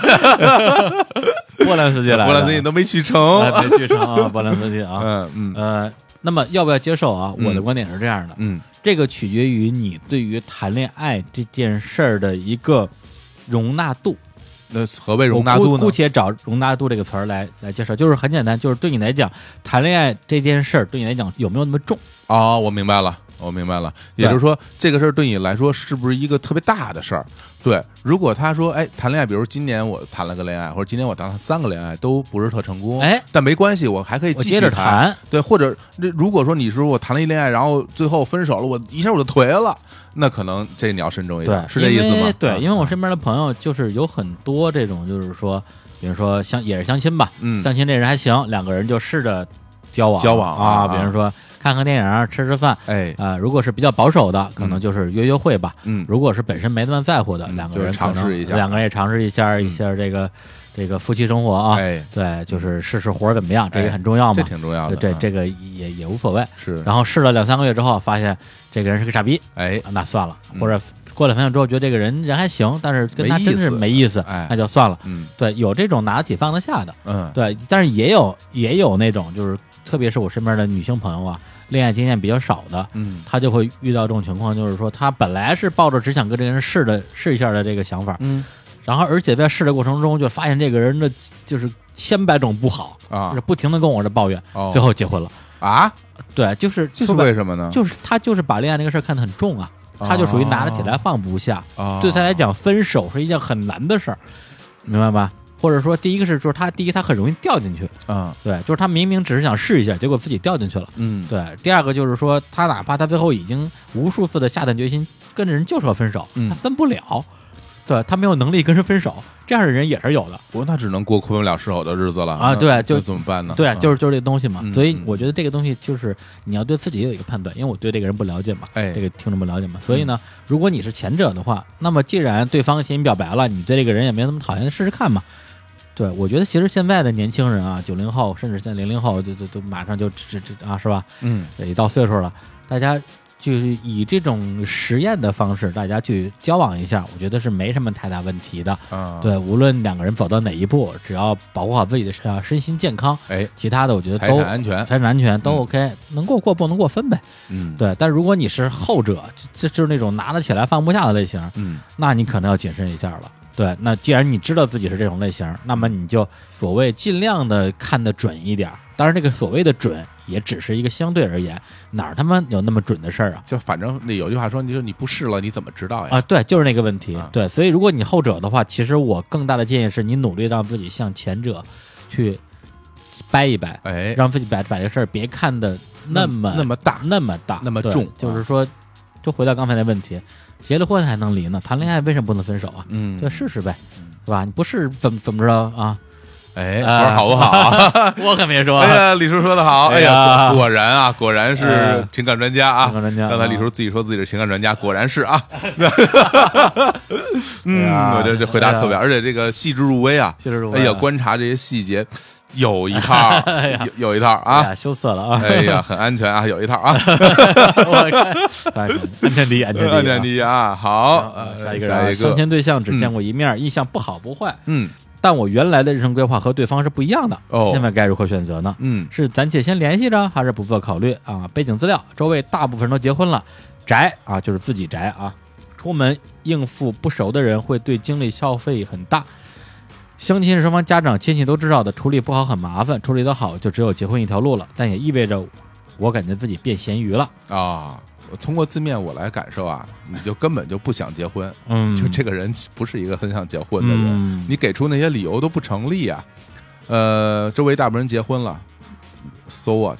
波兰斯基来
波
了，
兰司机都没去成。
哎没剧场啊， *laughs* 波兰斯基啊，
嗯哦嗯
呃，那么要不要接受啊？
嗯
我的观点是这样的，
嗯
这个取决于你对于谈恋爱这件事儿的一个容纳度，
那何谓容纳
我
度
姑
呢
姑？且找容纳度这个词儿来来介绍，就是很简单，就是对你来讲，谈恋爱这件事儿对你来讲有没有那么重？
哦，我明白了，我明白了。也就是说，这个事儿对你来说是不是一个特别大的事儿？对，如果他说，哎，谈恋爱，比如今年我谈了个恋爱，或者今年我谈了三个恋爱，都不是特成功，
哎，
但没关系，我还可以
我
哦继续
接着
谈。
谈，
对，或者这如果说你说我谈了一恋爱，然后最后分手了，我一下我就颓了，那可能这你要慎重一点，
对，
是这意思
因
吗嗯
为？对，因为
为
我身边的朋友就是有很多这种，就是说，比如说相也是相亲吧，
嗯
相亲这人还行，两个人就试着交往
交往
啊，
啊
比如说看看电影、吃吃饭。
哎，
啊、如果是比较保守的，可能就是约约会吧；
嗯，
如果是本身没那么在乎的，
嗯
两个
就是
人可
尝试
能
一下嗯
两个人也尝试一下一下这个这个夫妻生活啊。
哎，
对，就是试试活儿怎么样，这也
哎
很重要
这
嘛。
挺重要
对
的，
这
嗯
这个也也无所谓。
是，
然后试了两三个月之后，发现这个人是个傻逼，
哎，
啊那算了，
嗯
或者过两天之后觉得这个人人还行，但是跟他
没意思
真是没意思，
哎
那就算了。
嗯
对，有这种拿得起放得下的，
嗯，
对，但是也有也有那种就是，特别是我身边的女性朋友啊，恋爱经验比较少的，
嗯
她就会遇到这种情况，就是说她本来是抱着只想跟这个人试的试一下的这个想法，
嗯
然后而且在试的过程中就发现这个人的就是千百种不好，就
啊
是，不停的跟我这抱怨，
哦
最后结婚了。
啊，
对，就是
这是
说白
为什么呢？哦
就是他就是把恋爱这个事儿看得很重啊，他就属于拿得起来放不下。
啊
对他来，讲，分手是一件很难的事儿，明白吧？或者说，第一个是就是他第一他很容易掉进去，
啊，
对，就是他明明只是想试一下，结果自己掉进去了。
嗯，
对，第二个就是说，他哪怕他最后已经无数次的下定决心跟着人就是要分手，
嗯
他分不了，对他没有能力跟人分手，这样的人也是有的。
我那只能过过不了吃好的日子了
啊
那
对
那
就
怎么办呢？
对，就是是就是这个东西嘛，
嗯
所以
嗯
我觉得这个东西就是你要对自己有一个判断，因为我对这个人不了解嘛，
哎嗯
这个听众不了解嘛，所以呢，如果你是前者的话，那么既然对方向你表白了，你对这个人也没那么讨厌，试试看嘛。对，我觉得其实现在的年轻人啊，九零后甚至现在零零后，就就就马上就这这这啊，是吧？
嗯
也到岁数了，大家就是以这种实验的方式，大家去交往一下，我觉得是没什么太大问题的。
啊，，
对，无论两个人走到哪一步，只要保护好自己的身啊身心健康，
哎，
其他的我觉得
财
都
产安全，
财产安全都
嗯
OK，、能过过不能过分呗。
嗯，，
对，但如果你是后者，这就是那种拿得起来放不下的类型，
嗯，
那你可能要谨慎一下了。对，那既然你知道自己是这种类型，那么你就所谓尽量的看得准一点儿。当然，这个所谓的准也只是一个相对而言，哪儿他妈有那么准的事儿啊？
就反正那有句话说，你说你不试了，你怎么知道呀？
啊，对，就是那个问题
啊。
对，所以如果你后者的话，其实我更大的建议是你努力让自己向前者去掰一掰，
哎，
让自己把把这事儿别看得那么
那么大，
那么大，
那么
对
重啊
就是说，就回到刚才那问题，结了婚还能离呢，谈恋爱为什么不能分手啊？
嗯，
对，试试呗，是吧？你不试怎么怎么着啊？啊
哎，我说好不好啊？
*laughs*
*laughs*
我可没说
哎
*laughs*
呀，李叔说的好，哎
哎呀
呀，果果然啊，果然是
哎
情感专家啊。
情感专家
刚才李
啊
叔自己说自己是情感专家，果然是啊。嗯，我这这回答特
哎
别，而且这个细致入微啊，
啊细致入微
哎呀，
啊
观察这些细节有一
*laughs*
套，有有一套
哎
啊。
呀，羞涩了啊！
哎呀，很安全啊，有一套啊，
*laughs* 我看，安全第一，安全第一啊，
*laughs* 安全第一啊。好，
啊
呃
下一个人
下
啊，
一
相
个，
亲对象只
嗯
见过一面，印象不好不坏，
嗯
但我原来的人生规划和对方是不一样的。
哦
现在该如何选择呢？
嗯，
是暂且先联系着，还是不做考虑啊？背景资料：周围大部分人都结婚了，宅啊就是自己宅啊，出门应付不熟的人会对精力消费很大。相亲是双方家长亲戚都知道的，处理不好很麻烦，处理得好就只有结婚一条路了。但也意味着我感觉自己变咸鱼了。
啊。我通过字面我来感受啊，你就根本就不想结婚，
嗯，
就这个人不是一个很想结婚的人，
嗯
你给出那些理由都不成立啊。呃，周围大部分人结婚了，so what，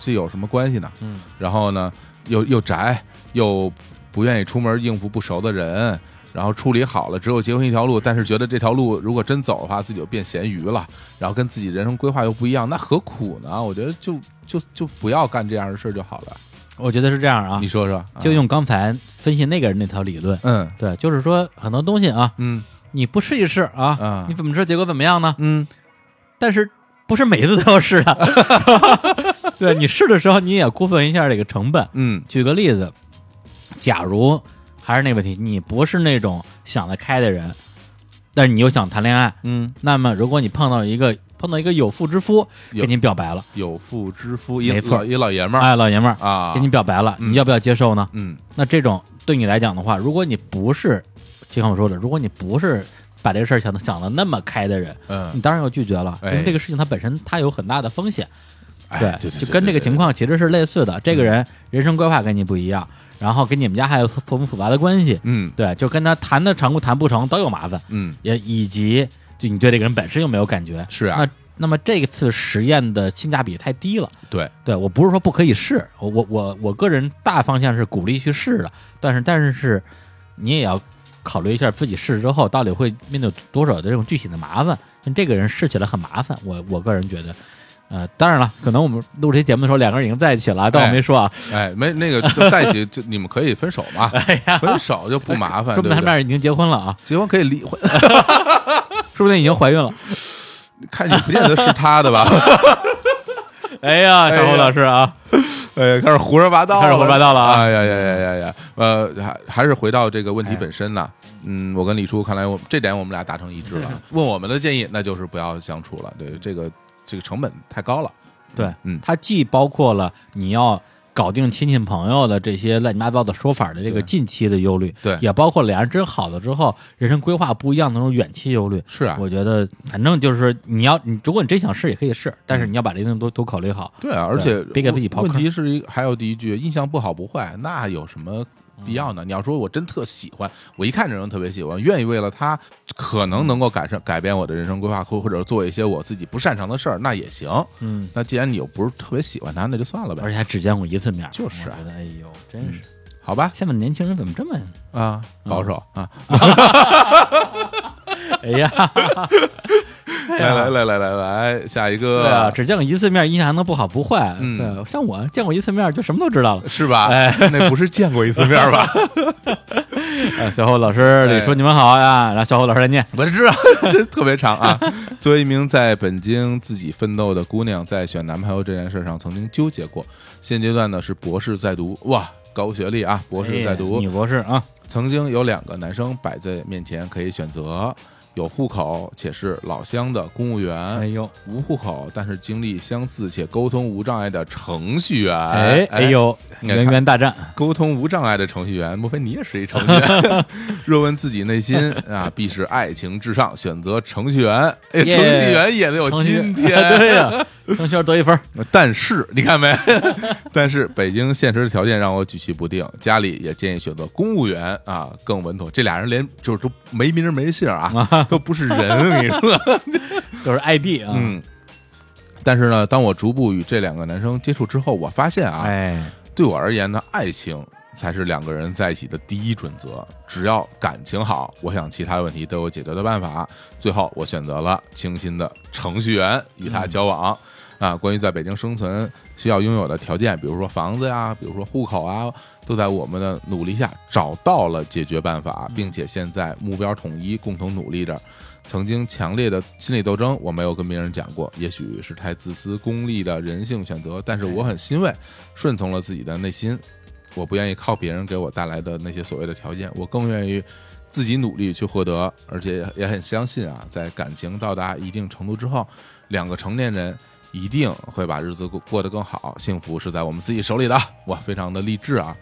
这有什么关系呢？
嗯
然后呢，又又宅，又不愿意出门应付不熟的人，然后处理好了，只有结婚一条路，但是觉得这条路如果真走的话，自己就变咸鱼了，然后跟自己人生规划又不一样，那何苦呢？我觉得就就就不要干这样的事儿就好了。
我觉得是这样啊
你，说说，
就用刚才分析那个人那条理论，
嗯
对，就是说很多东西啊，
嗯
你不试一试啊，
啊
你怎么知道结果怎么样呢？
嗯
但是不是每一次都要试啊？ *laughs* 对你试的时候，你也估算一下这个成本。
嗯
举个例子，假如还是那个问题，你不是那种想得开的人，但是你又想谈恋爱，
嗯，
那么如果你碰到一个碰到一个有妇之夫
有
跟你表白了，
有妇之夫，一
没错
老一老爷们儿
哎，老爷们儿
啊，
跟你表白了，
嗯
你要不要接受呢？
嗯
那这种对你来讲的话，如果你不是，就像我说的，如果你不是把这个事儿想的想的那么开的人，你
嗯，
当然要拒绝了，因
哎
为这个事情它本身它有很大的风险。
哎对对，嗯
就跟这个情况其实是类似的。这个人人生规划跟你不一样，然后跟你们家还有错综复杂的关系，
嗯
对，就跟他谈的成不谈不成都有麻烦，
嗯
也以及就你对这个人本身又没有感觉，
是啊
那那么这次实验的性价比太低了。
对，
对我不是说不可以试，我我我我个人大方向是鼓励去试的，但是但是你也要考虑一下自己试之后到底会面对多少的这种具体的麻烦。像这个人试起来很麻烦，我我个人觉得，呃，当然了，可能我们录这节目的时候两个人已经在一起了，但我没说啊，
哎，没那个就在一起，就你们可以分手嘛，
哎
分手就不麻烦，
说不定
对
他
不对？
们已经结婚了啊，
结婚可以离婚，
说不定已经怀孕了。
看你不见得是他的吧？
哎呀，小侯老师啊，
哎，开始胡说八道了，
开始胡说八道了啊
哎呀呀呀呀呀！呃，还还是回到这个问题本身呢。嗯，我跟李叔看来我，这点我们俩达成一致了。问我们的建议，那就是不要相处了。对，这个这个成本太高了。
对，
嗯
它既包括了你要搞定亲戚朋友的这些乱七八糟的说法的这个
对
近期的忧虑，
对
也包括俩人真好了之后，人生规划不一样的那种远期忧虑。
是啊，
我觉得，反正就是你要，你如果你真想试，也可以试，但是
嗯
你要把这些东西都都考虑好。
对啊，而
对
且
别给自己刨
问
坑
题是一还有第一句，印象不好不坏，那有什么必要
嗯
呢？你要说我真特喜欢，我一看这人特别喜欢，愿意为了他，可能能够改善改变我的人生规划，或或者做一些我自己不擅长的事儿，那也行。
嗯，
那既然你又不是特别喜欢他，那就算了
而
呗，
且还只见过一次面，
就是
我
啊嗯
觉得，哎呦，真是
好吧？
现在年轻人怎么这
*laughs*
么，
啊，保守
嗯
啊，
哎呀，
来来来来来来，下一
对啊，
个
只见过一次面，印象还能不好不坏。
嗯
对，啊像我见过一次面就什么都知道了。
*laughs* 是吧？
哎
那不是见过一次面吧？
啊，小侯老师，李叔
哎
你们好呀，让小侯老师来念。
我知道， *laughs* 这特别长啊。作为一名在北京自己奋斗的姑娘，在选男朋友这件事上曾经纠结过。现阶段呢是博士在读，哇，高学历啊，博士在读
哎，女博士啊，
曾经有两个男生摆在面前可以选择，有户口且是老乡的公务
哎
员，
呦，
无户口但是经历相似且沟通无障碍的程序员。
哎哎，呦，
你看
人员大战，
沟通无障碍的程序员，莫非你也是一程序
*laughs*
员？若问自己内心啊，必是爱情至上，选择程序员。哎，程序
耶
员也得有
程序
哦今
*laughs* 对
天。
呀，程序员得一分儿，
但是你
*laughs*
看没？但是北京现实的条件让我举棋不定，家里也建议选择公务员啊，更稳妥。这俩人连就是都没名儿没姓儿啊， *laughs* 都不是人，我
*laughs*
跟你
啊
说。
就是 ID 啊，
嗯。但是呢，当我逐步与这两个男生接触之后，我发现啊，
哎，
对我而言呢，爱情才是两个人在一起的第一准则。只要感情好，我想其他问题都有解决的办法。最后，我选择了清新的程序员与他交往。啊，关于在北京生存需要拥有的条件，比如说房子呀、比如说户口啊，都在我们的努力下找到了解决办法，并且现在目标统一，共同努力着。曾经强烈的心理斗争，我没有跟别人讲过，也许是太自私、功利的人性选择，但是我很欣慰，顺从了自己的内心。我不愿意靠别人给我带来的那些所谓的条件，我更愿意自己努力去获得，而且也很相信啊，在感情到达一定程度之后，两个成年人一定会把日子过过得更好，幸福是在我们自己手里的。哇，非常的励志啊！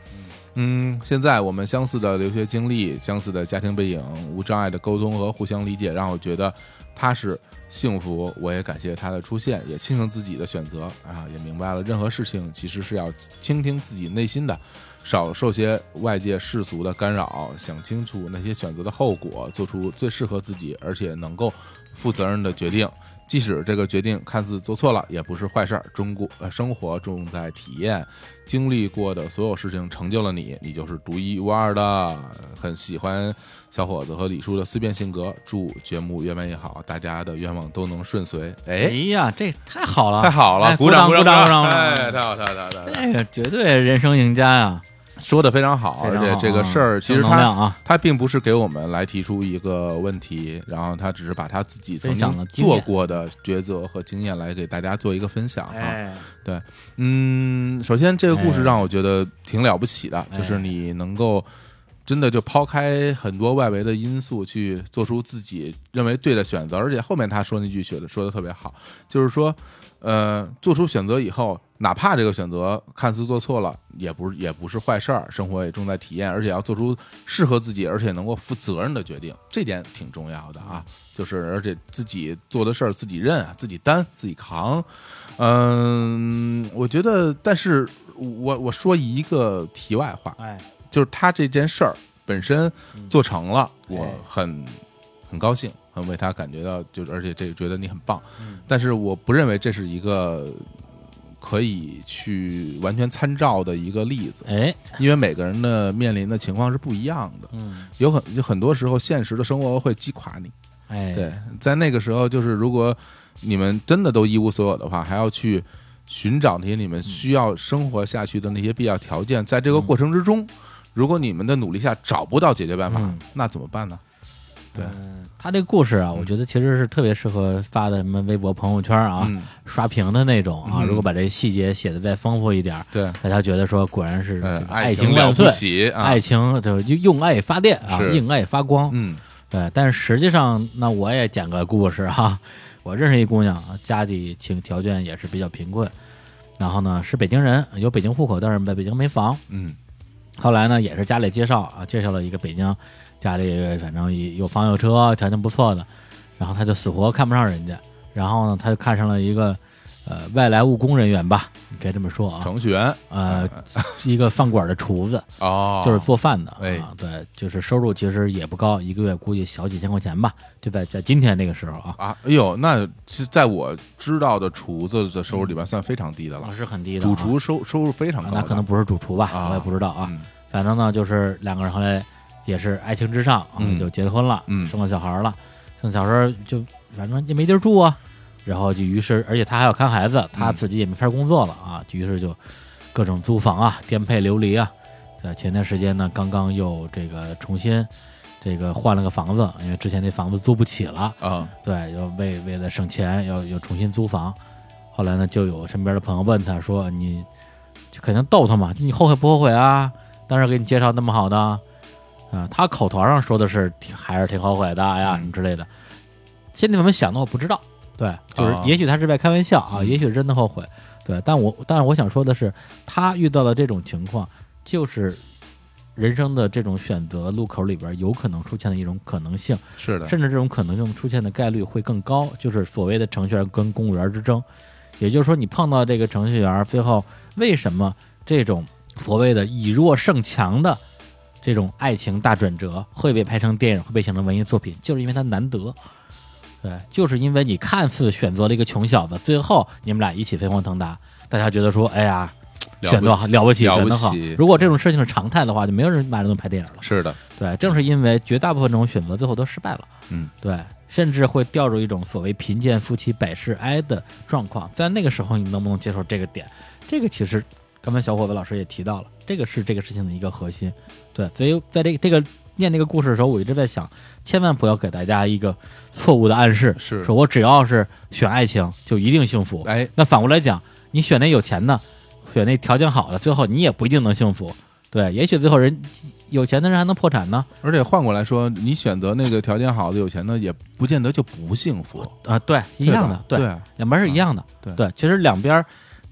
嗯，现在我们相似的留学经历、相似的家庭背景、无障碍的沟通和互相理解，让我觉得踏实、幸福。我也感谢他的出现，也庆幸自己的选择啊，也明白了任何事情其实是要倾听自己内心的，少受些外界世俗的干扰，想清楚那些选择的后果，做出最适合自己而且能够负责任的决定。即使这个决定看似做错了，也不是坏事儿。中国呃，生活重在体验，经历过的所有事情成就了你，你就是独一无二的。很喜欢小伙子和李叔的思辨性格，祝节目越办越好，大家的愿望都能顺遂。
哎
哎，
呀，这太好了，
太好了，
哎
鼓
鼓
掌
鼓
掌
鼓掌，
哎，
哎
太好，太好，太好，太好，
这个绝对人生赢家呀，
说的非常好，
非
而
常好
且
啊
哦这个事儿其实
正能
他
量啊，
他并不是给我们来提出一个问题，然后他只是把他自己曾
分享
经
了经验
做过的抉择和经验来给大家做一个分享啊。
哎，
嗯，首先这个故事
哎
让我觉得挺了不起的，就是你能够真的就抛开很多外围的因素，去做出自己认为对的选择。而且后面他说那句说的说的特别好，就是说，呃，做出选择以后，哪怕这个选择看似做错了，也不是也不是坏事儿，生活也重在体验，而且要做出适合自己，而且能够负责任的决定，这点挺重要的啊。就是而且自己做的事儿自己认啊，自己担，自己扛。嗯，我觉得，但是我我说一个题外话，
哎，
就是他这件事儿本身做成了，
嗯
我
哎
很很高兴，很为他感觉到，就是而且这觉得你很棒，
嗯
但是我不认为这是一个可以去完全参照的一个例子，
哎，
因为每个人的面临的情况是不一样的，
嗯，
有很有很多时候现实的生活会击垮你，
哎，
对，在那个时候，就是如果你们真的都一无所有的话，还要去寻找那些你们需要生活下去的那些必要条件。在这个过程之中，如果你们的努力下找不到解决办法
嗯，
那怎么办呢？对
嗯他这故事啊，我觉得其实是特别适合发的什么微博、朋友圈啊、
嗯
刷屏的那种啊。
嗯
如果把这细节写的再丰富一点儿，
对，
大家觉得说果然是这
嗯，
个
爱
情
了
万
不
岁，
起啊，
爱情就是用用爱发电啊，
是
用爱发光。
嗯
对，但是实际上，那我也讲个故事哈、我认识一姑娘，啊，家里情条件也是比较贫困，然后呢是北京人，有北京户口，但是在北京没房。
嗯
后来呢，也是家里介绍啊，介绍了一个北京，家里反正也有房有车，条件不错的，然后他就死活看不上人家，然后呢，他就看上了一个呃外来务工人员吧，你可以这么说啊，
程序员
呃，一个饭馆的厨子，
哦，
就是做饭的
哎
啊，对，就是收入其实也不高，一个月估计小几千块钱吧，就在在今天这个时候啊，
啊，哎呦，那是在我知道的厨子的收入里边算非常低的了，
是很低的啊，
主厨收收入非常
啊
高的，
那可能不是主厨吧，
啊
我也不知道啊，
嗯
反正呢，就是两个人后来也是爱情至上啊，
嗯
就结婚了，
嗯
生了小孩了，生小孩就反正也没地儿住啊，然后就于是，而且他还要看孩子，他自己也没法工作了啊，于是就各种租房啊，颠沛流离啊。在前段时间呢，刚刚又这个重新这个换了个房子，因为之前那房子租不起了，
啊，
对，要为为了省钱，要要重新租房。后来呢，就有身边的朋友问他说：“你就肯定逗他嘛，你后悔不后悔啊？当时给你介绍那么好呢？啊，他口头上说的是挺还是挺后悔的哎呀什么之类的，心里怎么想的我不知道。对，就是
啊
也许他是在开玩笑啊，
嗯
也许是真的后悔。对，但我但是我想说的是，他遇到的这种情况，就是人生的这种选择路口里边有可能出现的一种可能性。
是的，
甚至这种可能性出现的概率会更高，就是所谓的程序员跟公务员之争。也就是说，你碰到这个程序员，最后为什么这种所谓的以弱胜强的这种爱情大转折会被拍成电影，会被写成文艺作品，就是因为它难得。对，就是因为你看似选择了一个穷小子，最后你们俩一起飞黄腾达，大家觉得说，哎呀，
了
选
不
的好，了不起，
了
选
不
的好
起。
如果这种事情是常态的话，就没有人把这东西拍电影了。
是的，
对，正是因为绝大部分这种选择最后都失败了，
嗯，
对，甚至会掉入一种所谓贫贱夫妻百事哀的状况。在那个时候，你能不能接受这个点？这个其实刚才小伙子老师也提到了，这个是这个事情的一个核心。对，所以在这个这个念这个故事的时候，我一直在想，千万不要给大家一个错误的暗示，
是
说我只要是选爱情就一定幸福。
哎，
那反过来讲，你选那有钱的，选那条件好的，最后你也不一定能幸福。对，也许最后人有钱的人还能破产呢。
而且换过来说，你选择那个条件好的、有钱的，也不见得就不幸福，
啊，对，一样的，
对吧，啊嗯
两边是一样的，
对
对，其实两边儿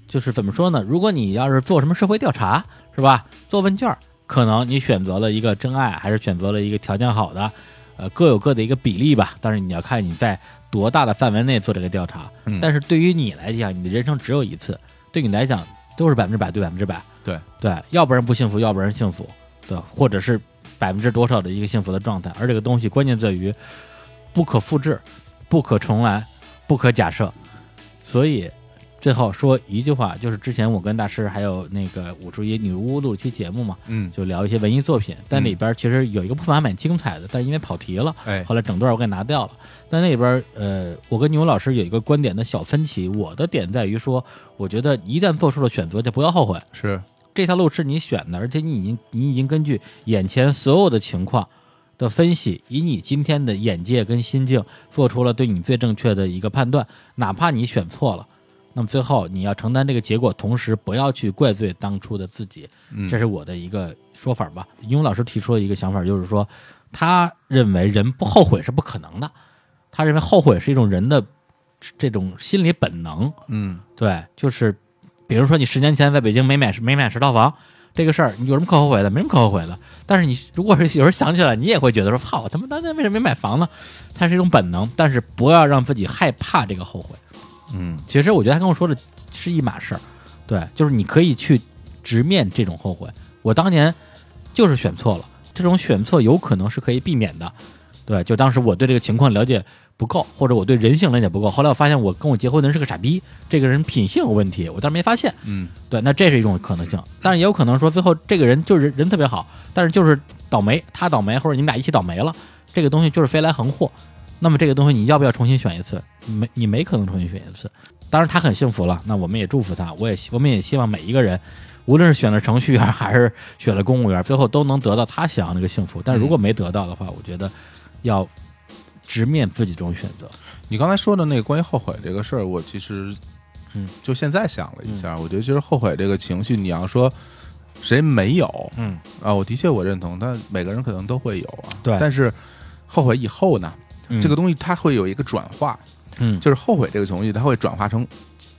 就是怎么说呢？如果你要是做什么社会调查，是吧？做问卷儿，可能你选择了一个真爱，还是选择了一个条件好的，呃，各有各的一个比例吧。但是你要看你在多大的范围内做这个调查。
嗯
但是对于你来讲，你的人生只有一次，对你来讲都是百分之百对百分之百。
对
对，要不然不幸福，要不然幸福，对，或者是百分之多少的一个幸福的状态。而这个东西关键在于不可复制、不可重来、不可假设。所以最后说一句话，就是之前我跟大师还有那个武术一女巫录一期节目嘛，
嗯，
就聊一些文艺作品，但里边其实有一个部分还蛮精彩的，但是因为跑题了，
哎，
后来整段我给拿掉了。但那里边呃，我跟牛老师有一个观点的小分歧，我的点在于说，我觉得一旦做出了选择，就不要后悔。
是
这条路是你选的，而且你已经你已经根据眼前所有的情况的分析，以你今天的眼界跟心境，做出了对你最正确的一个判断。哪怕你选错了，那么最后你要承担这个结果，同时不要去怪罪当初的自己。
嗯
这是我的一个说法吧。因为老师提出了一个想法，就是说他认为人不后悔是不可能的，他认为后悔是一种人的这种心理本能。
嗯，
对，就是比如说你十年前在北京没买没买十套房这个事儿，你有什么可后悔的？没什么可后悔的。但是你如果是有时候想起来，你也会觉得说，操，我他妈当年为什么没买房呢？它是一种本能，但是不要让自己害怕这个后悔。
嗯，
其实我觉得他跟我说的是一码事儿，对，就是你可以去直面这种后悔。我当年就是选错了，这种选错有可能是可以避免的，对，就当时我对这个情况了解不够，或者我对人性了解不够。后来我发现我跟我结婚的人是个傻逼，这个人品性有问题，我当时没发现。
嗯，
对，那这是一种可能性，但是也有可能说最后这个人就是人特别好，但是就是倒霉，他倒霉或者你们俩一起倒霉了，这个东西就是飞来横祸。那么这个东西你要不要重新选一次？没，你没可能重新选一次。当然他很幸福了，那我们也祝福他，我也希我们也希望每一个人，无论是选了程序员还是选了公务员，最后都能得到他想要那个幸福。但如果没得到的话，我觉得要直面自己这种选择。
你刚才说的那个关于后悔这个事儿，我其实，
嗯，
就现在想了一下，我觉得其实后悔这个情绪，你要说谁没有
嗯，
啊，我的确我认同，但每个人可能都会有啊，
对嗯
但是后悔以后呢，这个
东
东西它会有一个转化，
嗯
就是后悔这个情绪，它会转化成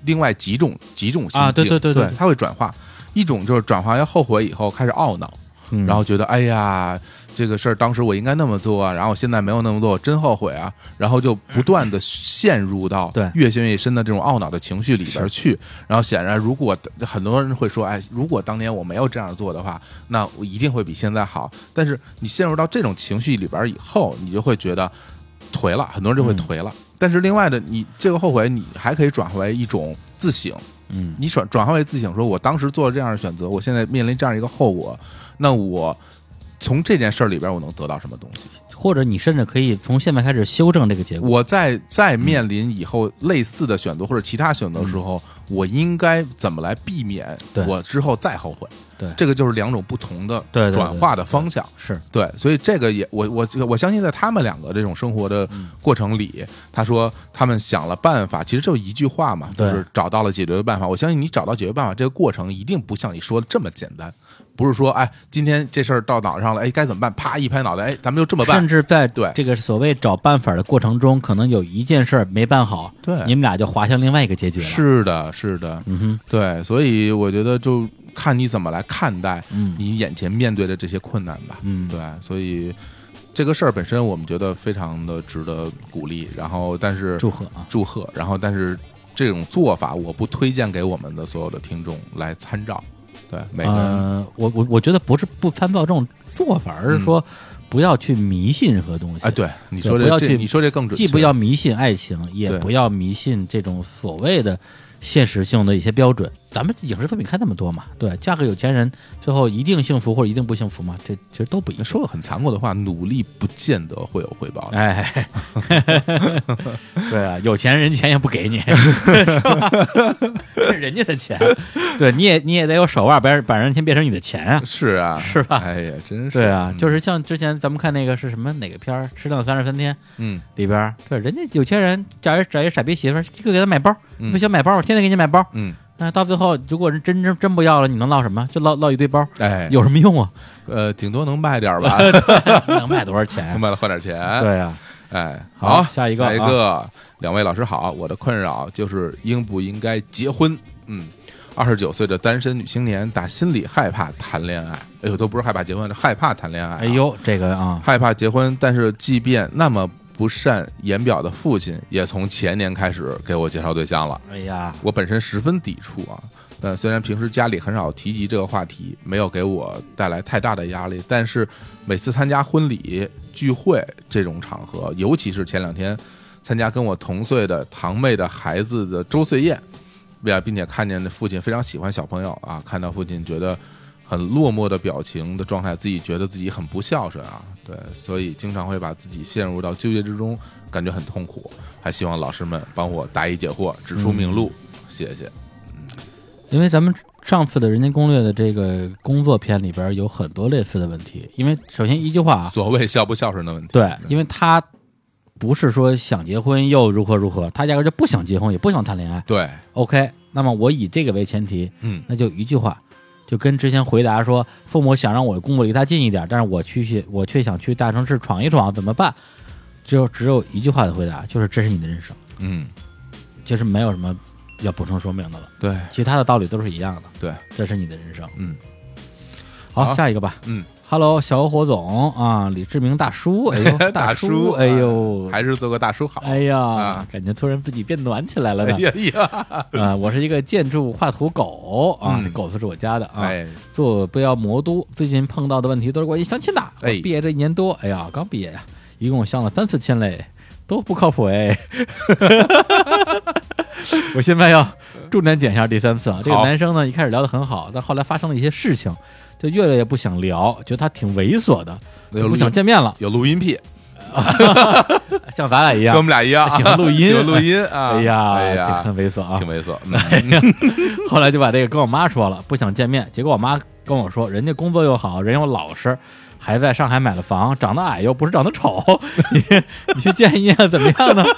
另外几种几种心境，
啊对对对对
对，它会转化。一种就是转化为后悔以后开始懊恼，
嗯
然后觉得哎呀，这个事儿当时我应该那么做啊，然后我现在没有那么做，我真后悔啊，然后就不断的陷入到
嗯对
越陷越深的这种懊恼的情绪里边去。然后显然，如果很多人会说，哎，如果当年我没有这样做的话，那我一定会比现在好。但是你陷入到这种情绪里边以后，你就会觉得颓了，很多人就会
嗯
颓了。但是另外的，你这个后悔，你还可以转化为一种自省，
嗯
你转转化为自省，说我当时做了这样的选择，我现在面临这样一个后果，那我从这件事儿里边我能得到什么东西？
或者你甚至可以从现在开始修正这个结果。
我在再面临以后类似的选择或者其他选择的时候，我应该怎么来避免
嗯对
我之后再后悔？
对
这个就是两种不同的
对对对
转化的方向。
是
对，所以这个也我我我相信，在他们两个这种生活的过程里，他说他们想了办法，其实就一句话嘛，就
对
是找到了解决的办法。我相信你找到解决办法这个过程，一定不像你说的这么简单，不是说哎今天这事儿到脑上了，哎该怎么办？啪一拍脑袋，哎咱们就这么办
甚。至在
对
这个所谓找办法的过程中，可能有一件事儿没办好，
对
你们俩就滑向另外一个结局了。，
是的，是的，
嗯哼，
对，所以我觉得就看你怎么来看待
嗯
你眼前面对的这些困难吧。
嗯
对，所以这个事儿本身我们觉得非常的值得鼓励，然后但是
祝贺啊！
祝贺，然后但是这种做法我不推荐给我们的所有的听众来参照。对，每个人、
呃，我我我觉得不是不参照这种做法，而是说不要去迷信任何东西。
嗯哎，，对你说
对
这
不要
这
去
你说这更准确，
既不要迷信爱情，也
对
不要迷信这种所谓的现实性的一些标准。咱们影视作品看那么多嘛，对，嫁个有钱人，最后一定幸福或者一定不幸福嘛？这其实都不一样。
说个很残酷的话，努力不见得会有回报
*laughs*
的。
哎，对啊，有钱人钱也不给你， *laughs* 是吧？这是人家的钱，对，你也你也得有手腕，把人把人钱变成你的钱啊。
是啊，
*laughs* 是吧
哎呀，真是
对啊，
嗯
就是像之前咱们看那个是什么哪个片儿《吃顿三十三天》
嗯，
里边儿，对，人家有钱人找一找一傻逼媳妇儿，就给他买包，
嗯
不想买包，我天天给你买包。
嗯，
那到最后，如果人真真真不要了，你能落什么？就落落一堆包，
哎，
有什么
*laughs*
用啊？
呃，顶多能卖点
*laughs*
儿吧，
能卖多少钱
能 *laughs*
啊？
卖了换点钱。，
对啊，
哎，
好
下
下一个啊
下一个，两位老师好，我的困扰就是应不应该结婚？嗯，二十九岁的单身女青年，打心里害怕谈恋爱。哎呦，都不是害怕结婚，害怕谈恋爱啊、
哎呦，这个啊，
害怕结婚，但是即便那么不善言表的父亲，也从前年开始给我介绍对象了。
哎呀，
我本身十分抵触啊。呃，虽然平时家里很少提及这个话题，没有给我带来太大的压力，但是每次参加婚礼聚会这种场合，尤其是前两天参加跟我同岁的堂妹的孩子的周岁宴，对啊，并且看见父亲非常喜欢小朋友啊，看到父亲觉得很落寞的表情的状态，自己觉得自己很不孝顺啊，对，所以经常会把自己陷入到纠结之中，感觉很痛苦，还希望老师们帮我答疑解惑，指出明路，谢谢。
因为咱们上次的《人间攻略》的这个工作篇里边有很多类似的问题。因为首先一句话啊，
所谓孝不孝顺的问题，
对，因为他不是说想结婚又如何如何，他压根儿就不想结婚，也不想谈恋爱。
对，
OK，那么我以这个为前提，
嗯，
那就一句话，就跟之前回答说，父母想让我的工作离他近一点，但是我去去我却想去大城市闯一闯，怎么办？只有只有一句话的回答，就是这是你的人生，
嗯，
就是没有什么要补充说明的了，
对，
其他的道理都是一样的，
对，
这是你的人生。
嗯
好，
好
下一个吧。
嗯，
Hello，小火总啊，李志明大
*laughs*
叔，哎呦，
大
叔，
啊
哎呦，
还是做个大叔好。
哎呀，
啊
感觉突然自己变暖起来了
哎
呢。
呀呀，
啊，我是一个建筑画图狗啊，
嗯
这狗子是我家的啊。
哎，
做不要魔都，最近碰到的问题都是关于相亲的。我
哎
毕业这一年多，哎呀，刚毕业呀，一共相了三次亲嘞，都不靠谱
*laughs*
哎。我现在要重点讲一下第三次啊。这个
好
男生呢，一开始聊得很好，但后来发生了一些事情，就越来越不想聊，觉得他挺猥琐的，
有
就
录
不
音
想见面了，
有录音癖，哎
像咱俩一
跟我
样。
们俩一样，
喜欢录音
*laughs* 喜欢录音啊！
哎呀，
哎
这
呀，
很猥琐啊
挺！猥琐。
*laughs*
嗯
后来就把这个跟我妈说了，不想见面。结果我妈跟我说，人家工作又好，人又老实，还在上海买了房，长得矮又不是长得丑，你你去见一面怎么样呢？ *laughs*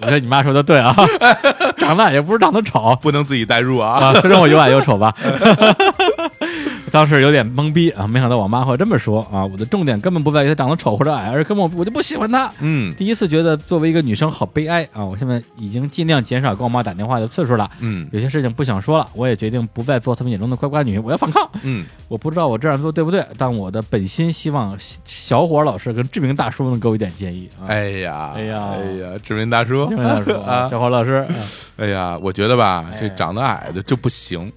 我觉得你妈说的对啊， *laughs* 长得矮也不是长得丑
不能自己代入啊！
啊，虽然我又矮又丑吧。 *laughs* 当时有点懵逼啊，没想到我妈会这么说啊！我的重点根本不在于他长得丑或者矮，而是根本我就不喜欢他。
嗯
第一次觉得作为一个女生好悲哀啊！我现在已经尽量减少跟我妈打电话的次数了。
嗯
有些事情不想说了，我也决定不再做他们眼中的乖乖女，我要反抗。
嗯，
我不知道我这样做对不对，但我的本心希望小小伙老师跟志明大叔能给我一点建议啊。
哎呀，
哎呀
哎呀，志明大叔
志，明大叔啊，
*laughs* 啊
小伙老师，啊
哎呀，我觉得吧，
哎
这长得矮的就
*laughs*
不行。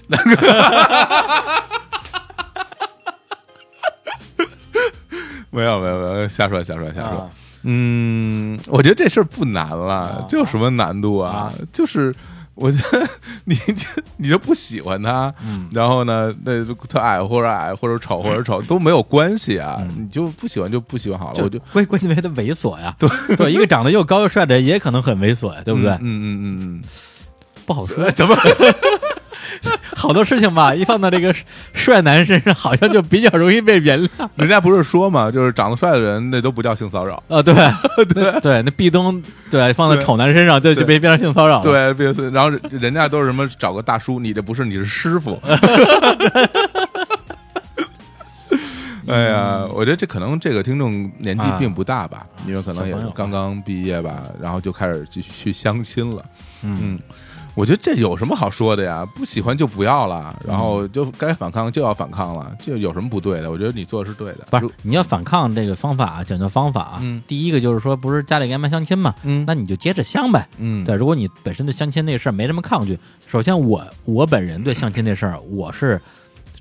没有没有没有，瞎说瞎说瞎说
啊。
嗯，我觉得这事儿不难了，这有什么难度啊
啊？
就是我觉得 *laughs* 你这你就不喜欢他，
嗯
然后呢，那就他矮或者矮或者丑或者丑都没有关系啊，
嗯
你就不喜欢就不喜欢好了，我就
关关键为他猥琐呀，对对，一个长得又高又帅的也可能很猥琐呀，对不对？
嗯嗯嗯嗯 *laughs*
不好
嗯，
说，
呃怎么？ *laughs*
好多事情吧，一放到这个帅男身上，好像就比较容易被原谅。
人家不是说嘛，就是长得帅的人那都不叫性骚扰， *laughs*
啊，对对对，那壁咚对放在
对
丑男身上就就
对
被变成性骚扰了。
对，别然后人家都是什么找个大叔，你这不是，你是师傅。 *laughs* 哎呀，我觉得这可能这个听众年纪并不大吧，因为可能也
啊小
是
朋友
刚刚毕业吧，然后就开始去去相亲了。
嗯，
嗯，我觉得这有什么好说的呀？不喜欢就不要了，然后
嗯
就该反抗就要反抗了，这有什么不对的？我觉得你做的是对的。
不
如
是，你要反抗这个方法啊，讲究方法啊。
嗯
第一个就是说，不是家里安排相亲嘛，
嗯
那你就接着相呗。
嗯，
对，如果你本身对相亲那事儿没什么抗拒，首先我我本人对相亲这事儿，我是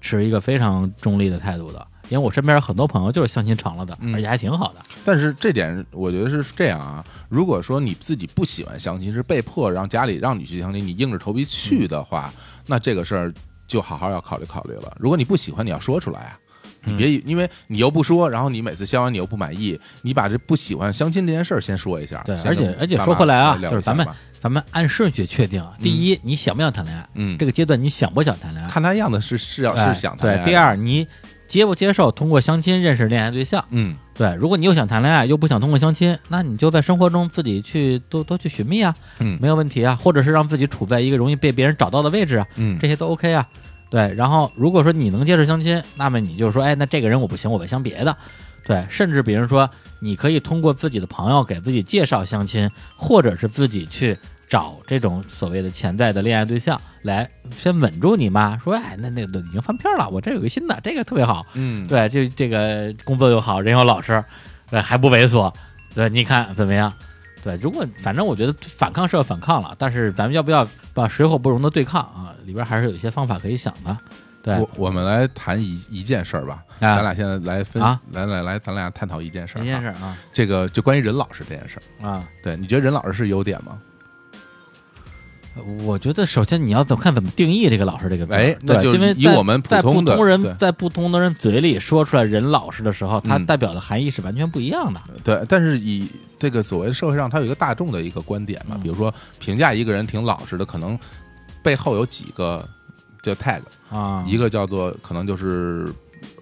持一个非常中立的态度的，因为我身边有很多朋友就是相亲成了的，
嗯
而且还挺好的。
但是这点我觉得是这样啊，如果说你自己不喜欢相亲，是被迫让家里让你去相亲，你硬着头皮去的话，
嗯
那这个事儿就好好要考虑考虑了。如果你不喜欢，你要说出来啊。
嗯
你别以，因为你又不说，然后你每次相完你又不满意，你把这不喜欢相亲这件事儿先说一下。
对
先
而且
跟
而且
爸
说
妈
回来啊
聊一
就是
下
咱们
吧
咱们按顺序确定啊，第一，你想不想谈恋爱？
嗯，
这个阶段你想不想谈恋爱？
看他样子是是要
哎
是想谈恋爱
对。第，二，你接不接受通过相亲认识恋爱对象？
嗯
对，如果你又想谈恋爱，又不想通过相亲，那你就在生活中自己去多多去寻觅啊，
嗯
没有问题啊，或者是让自己处在一个容易被别人找到的位置啊，
嗯，
这些都 OK 啊。对，然后如果说你能接受相亲，那么你就说，哎，那这个人我不行，我得相别的。对，甚至比如说，你可以通过自己的朋友给自己介绍相亲，或者是自己去找这种所谓的潜在的恋爱对象来先稳住你妈，说，哎，那那个已经翻篇了，我这有个新的，这个特别好，
嗯
对，这这个工作又好，人又老实，对，还不猥琐，对，你看怎么样？对，如果反正我觉得反抗是要反抗了，但是咱们要不要把水火不容的对抗啊？里边还是有一些方法可以想的。对，
我我们来谈一一件事儿吧，咱俩现在来分
啊，
来来来，咱俩探讨一件事儿。
一件事，啊
这个就关于任老师这件事儿。
啊，
对，你觉得任老师是优点吗？
我觉得首先你要怎么看怎么定义这个“老师”这个词儿，
哎那
对
就
因为
以
在
我们普
在不
通的
同
对
人在不同的人嘴里说出来“人老实”的时候，它
嗯
代表的含义是完全不一样的。
对，但是以这个所谓社会上，它有一个大众的一个观点嘛，
嗯
比如说评价一个人挺老实的，可能背后有几个叫 tag，
啊，
呃一个叫做可能就是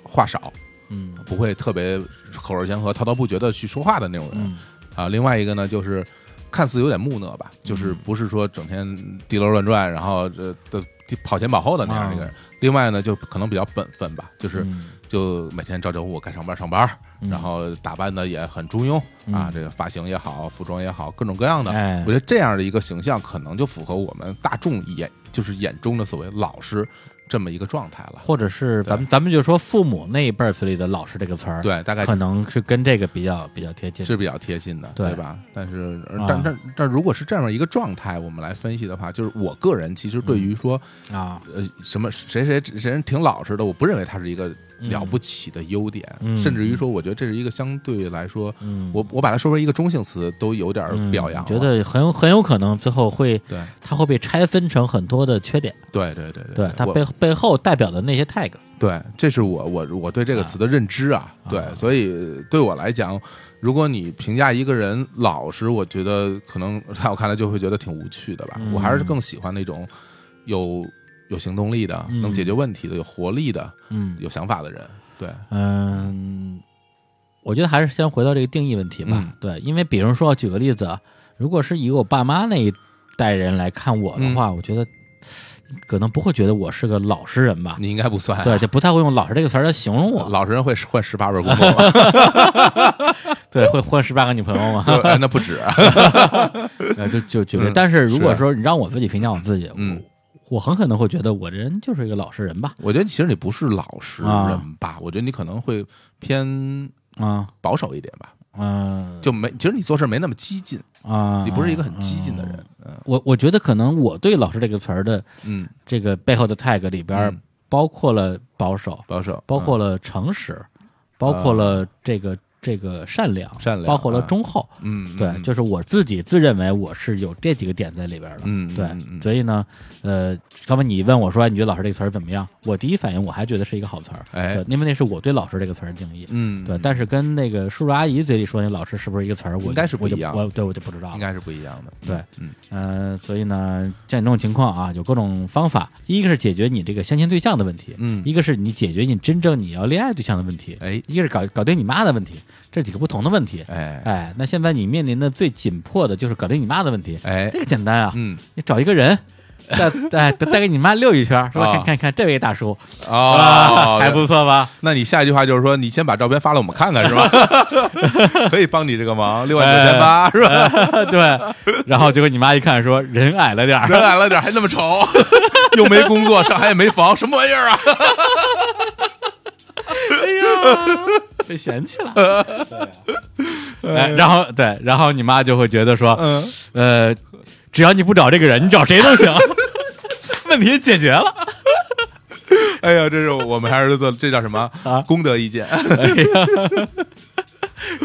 话少，
嗯
不会特别口若悬河、滔滔不绝的去说话的那种人
嗯
啊。另外一个呢，就是看似有点木讷吧，就是
嗯
不是说整天滴溜乱转，然后这的跑前跑后的那样一
啊
个人。另外呢，就可能比较本分吧，就是
嗯
就每天朝九晚五该上班上班，
嗯
然后打扮的也很中庸啊
嗯，
这个发型也好，服装也好，各种各样的。
哎
我觉得这样的一个形象，可能就符合我们大众眼就是眼中的所谓老实这么一个状态了。
或者是咱们咱们就说父母那一辈儿嘴里的“老师”这个词儿，
对，大概
可能是跟这个比较比较贴近。
是比较贴心的，
对
吧？但是，而
啊
但但但如果是这样一个状态，我们来分析的话，就是我个人其实对于说，
啊，
呃，什么谁谁谁人挺老实的，我不认为他是一个了不起的优点，
嗯
甚至于说，我觉得这是一个相对来说，
嗯，
我我把它说为一个中性词，都有点
嗯
表扬了、
觉得很有很有可能最后会
对
它会被拆分成很多的缺点，
对对对对
对它
我
背背后代表的那些 tag，
对，这是我我我对这个词的认知啊。
啊
对，所以对我来讲，如果你评价一个人老实，我觉得可能在我看来就会觉得挺无趣的吧。
嗯
我还是更喜欢那种有有行动力的、
嗯
能解决问题的、有活力的、
嗯啊
有想法的人。对，
嗯，我觉得还是先回到这个定义问题吧。
嗯
对，因为比如说举个例子，啊如果是以我爸妈那一代人来看我的
嗯
话，我觉得可能不会觉得我是个老实人吧。
你应该不算、
对，就不太会用“老实”这个词儿来形容我。
老实人会换十八份工作吗？ *laughs*
对，会换十八个女朋友吗？
就哎那不止。
*laughs* 呃，就就举个例
嗯
但是如果
是
说你让我自己评价我自己，
嗯
我，我很可能会觉得我这人就是一个老实人吧，
我觉得其实你不是老实人吧？我觉得你可能会偏
啊，
保守一点吧，
嗯，
就没，其实你做事没那么激进，
啊，
你不是一个很激进的人。嗯
我我觉得可能我对“老实”这个词儿的
嗯，
这个背后的 tag 里边儿
嗯
包括了保守，
保守，
包括了诚实，包括了这个这个善良，
啊善良
包括了
啊
忠厚，
嗯，
对，就是我自己自认为我是有这几个点在里边的，
嗯
对
嗯嗯，嗯
所以呢，呃，刚才你问我说，你觉得“老师”这个词儿怎么样？我第一反应我还觉得是一个好词儿，
哎
对，因为那是我对“老师”这个词儿的定义，
嗯，
对，但是跟那个叔叔阿姨嘴里说那“老师”是不是一个词儿，我
应该是不
我就
一样
我对我就不知道
应
了。
该是不一样的。
对
嗯，
呃，所以呢，像你这种情况啊，有各种方法。一个是解决你这个相亲对象的问题，
嗯
一个是你解决你真正你要恋爱对象的问题，
哎
一个是搞搞定你妈的问题，这几个不同的问题。
哎
哎，那现在你面临的最紧迫的就是搞定你妈的问题。
哎
这，个简单啊，
嗯
你找一个
*laughs*
人，带带带给你妈溜一圈儿，是吧？
啊
看看看这位大叔 *laughs*
哦，
啊还不错
*laughs*
吧？
那你下一句话就是说，你先把照片发了，我们看看是
*laughs*
吧？ *laughs* 可以帮你这个忙，六万九千
哎
八是吧？
对，然后结果你妈一看说人矮了点
*laughs*
儿，
人矮了点还那么丑， *laughs* 又没工作，上海也没房，什么玩
*laughs*
意儿啊？
哎呀，被嫌弃了。
啊
对哎，然后对，然后你妈就会觉得说，
嗯
呃，只要你不找这个人，你找谁都行， *laughs* 问题解决了。
哎呀，这是我们还是做这叫什么
啊
功德
*laughs*
意见？
哎呀，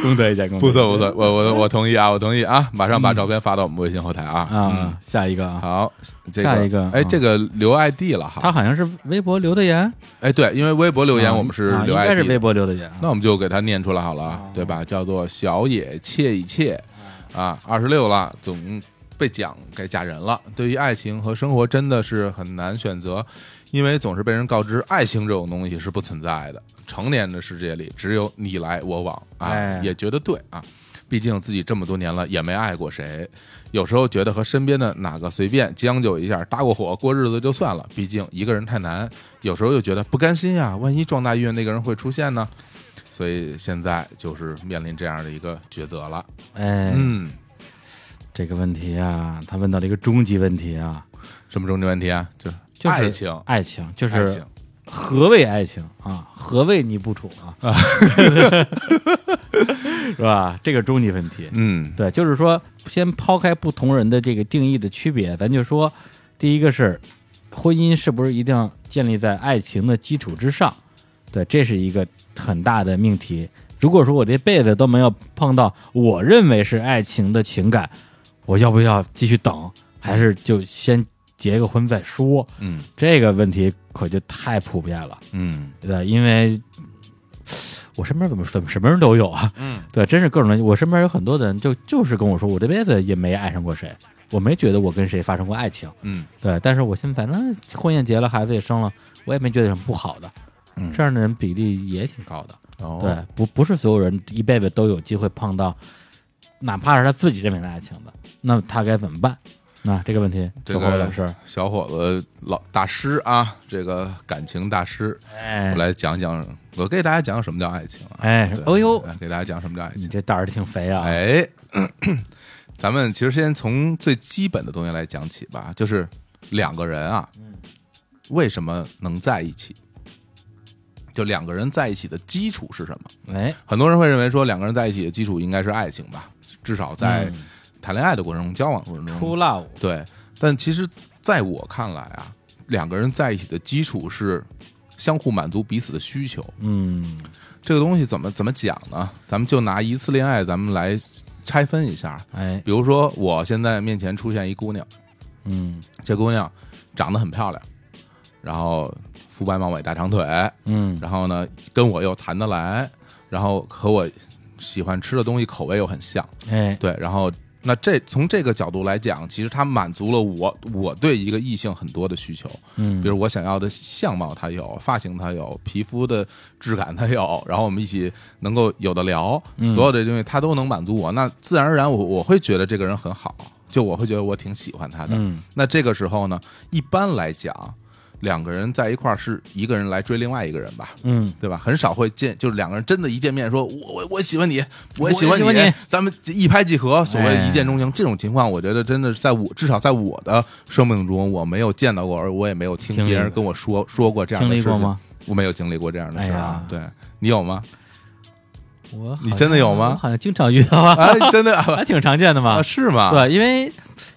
功德一件，功德一件
不错不错，我我我同意啊，我同意啊，马上把照片发到我们微信后台啊。嗯，
嗯啊！下一个啊，
好，这
下一个
哎，
嗯
这个留 ID 了
他
哈。
好像是微博留的言，
哎，对，因为微博留言
啊
我们是
啊
留
应该是
ID 的
微博哦留的言啊。
那我们就给他念出来好了啊，对吧？叫做小野切一切，啊，二十六了，总被奖给嫁人了。对于爱情和生活，真的是很难选择，因为总是被人告知爱情这种东西是不存在的。成年的世界里，只有你来我往啊，
哎
也觉得对啊。毕竟自己这么多年了，也没爱过谁。有时候觉得和身边的哪个随便将就一下搭过伙过日子就算了，毕竟一个人太难。有时候又觉得不甘心呀、万一撞大运那个人会出现呢？所以现在就是面临这样的一个抉择了。
哎，
嗯，
这个问题啊，他问到了一个终极问题啊，
什么终极问题啊？就是
就是
爱情，
爱情就
爱
是
情。
何谓爱情啊？何谓你不处
*laughs*
啊？是吧？这个终极问题，
嗯
对，就是说，先抛开不同人的这个定义的区别，咱就说，第一个是婚姻是不是一定要建立在爱情的基础之上？对，这是一个很大的命题。如果说我这辈子都没有碰到我认为是爱情的情感，我要不要继续等，还是就先结个婚再说？
嗯
这个问题可就太普遍了，
嗯
对，因为我身边怎么怎么什么人都有啊，
嗯
对，真是各种人。我身边有很多的人就就是跟我说，我这辈子也没爱上过谁，我没觉得我跟谁发生过爱情。
嗯
对，但是我现在反正婚也结了，孩子也生了，我也没觉得有什么不好的。
嗯
这样的人比例也挺高的。
哦，
对，不不是所有人一辈子都有机会碰到，哪怕是他自己认为的爱情的，那他该怎么办？那、这个问题，
这
小伙
个
老师，
小伙子老大师啊，这个感情大师，
哎
我，来讲讲，我给大家讲讲什么叫爱情啊。
哎
对
哦呦
给大家讲什么叫爱
你
情。
这胆儿挺肥啊！
哎， *clears throat* 咱们其实先从最基本的东西来讲起吧，就是两个人啊，
嗯
为什么能在一起？就两个人在一起的基础是什么？
哎，
很多人会认为说，两个人在一起的基础应该是爱情吧，至少在
嗯
谈恋爱的过程中、交往过程
出
中，
love，
对。但其实，在我看来啊，两个人在一起的基础是相互满足彼此的需求。
嗯，
这个东西怎么怎么讲呢？咱们就拿一次恋爱，咱们来拆分一下。
哎，
比如说，我现在面前出现一姑娘，
嗯
这姑娘长得很漂亮，然后肤白貌美、大长腿，
嗯，
然后呢跟我又谈得来，然后和我喜欢吃的东西口味又很像，
哎，
对，然后那这从这个角度来讲，其实它满足了我我对一个异性很多的需求，
嗯，
比如我想要的相貌它有，发型它有，皮肤的质感它有，然后我们一起能够有的聊，
嗯
所有的东西它都能满足我，那自然而然我我会觉得这个人很好，就我会觉得我挺喜欢他的。
嗯
那这个时候呢，一般来讲，两个人在一块儿是一个人来追另外一个人吧。
嗯，
对吧？很少会见，就是两个人真的，一见面说“我我我喜欢你，
我
也喜欢
喜欢你
咱们一拍即合，所谓
哎
一见钟情、这种情况，我觉得真的是在我至少在我的生命中，我没有见到过，而我也没有听
经历
别人
过
跟我说说过这样的
哎经
事
历
情。
过吗？
我没有经历过这样的事儿、
哎
啊
呀。
对你有吗？
我好
你真的有吗
像我好像经常遇到啊， *laughs*
哎，真的啊
还挺常见的嘛
啊，。是吗？，
对，因为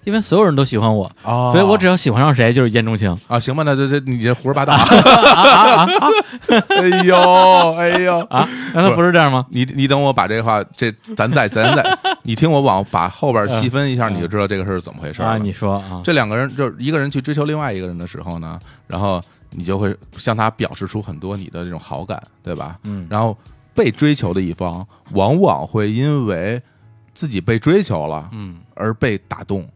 因为所有人都喜欢我，
哦，
所以我只要喜欢上谁就是一见钟情。
啊，行吧，那这这你这胡说八道，
啊啊啊！
*laughs* 哎呦，哎呦，
啊，难道不是这样吗？
你你等我把这话，这咱再咱再，你听我往把后边细分一下，
嗯
你就知道这个事儿是怎么回事
啊，
了。
你说啊，
这两个人，就是一个人去追求另外一个人的时候呢，然后你就会向他表示出很多你的这种好感，对吧？
嗯
然后被追求的一方往往会因为自己被追求了
嗯，
而被打动，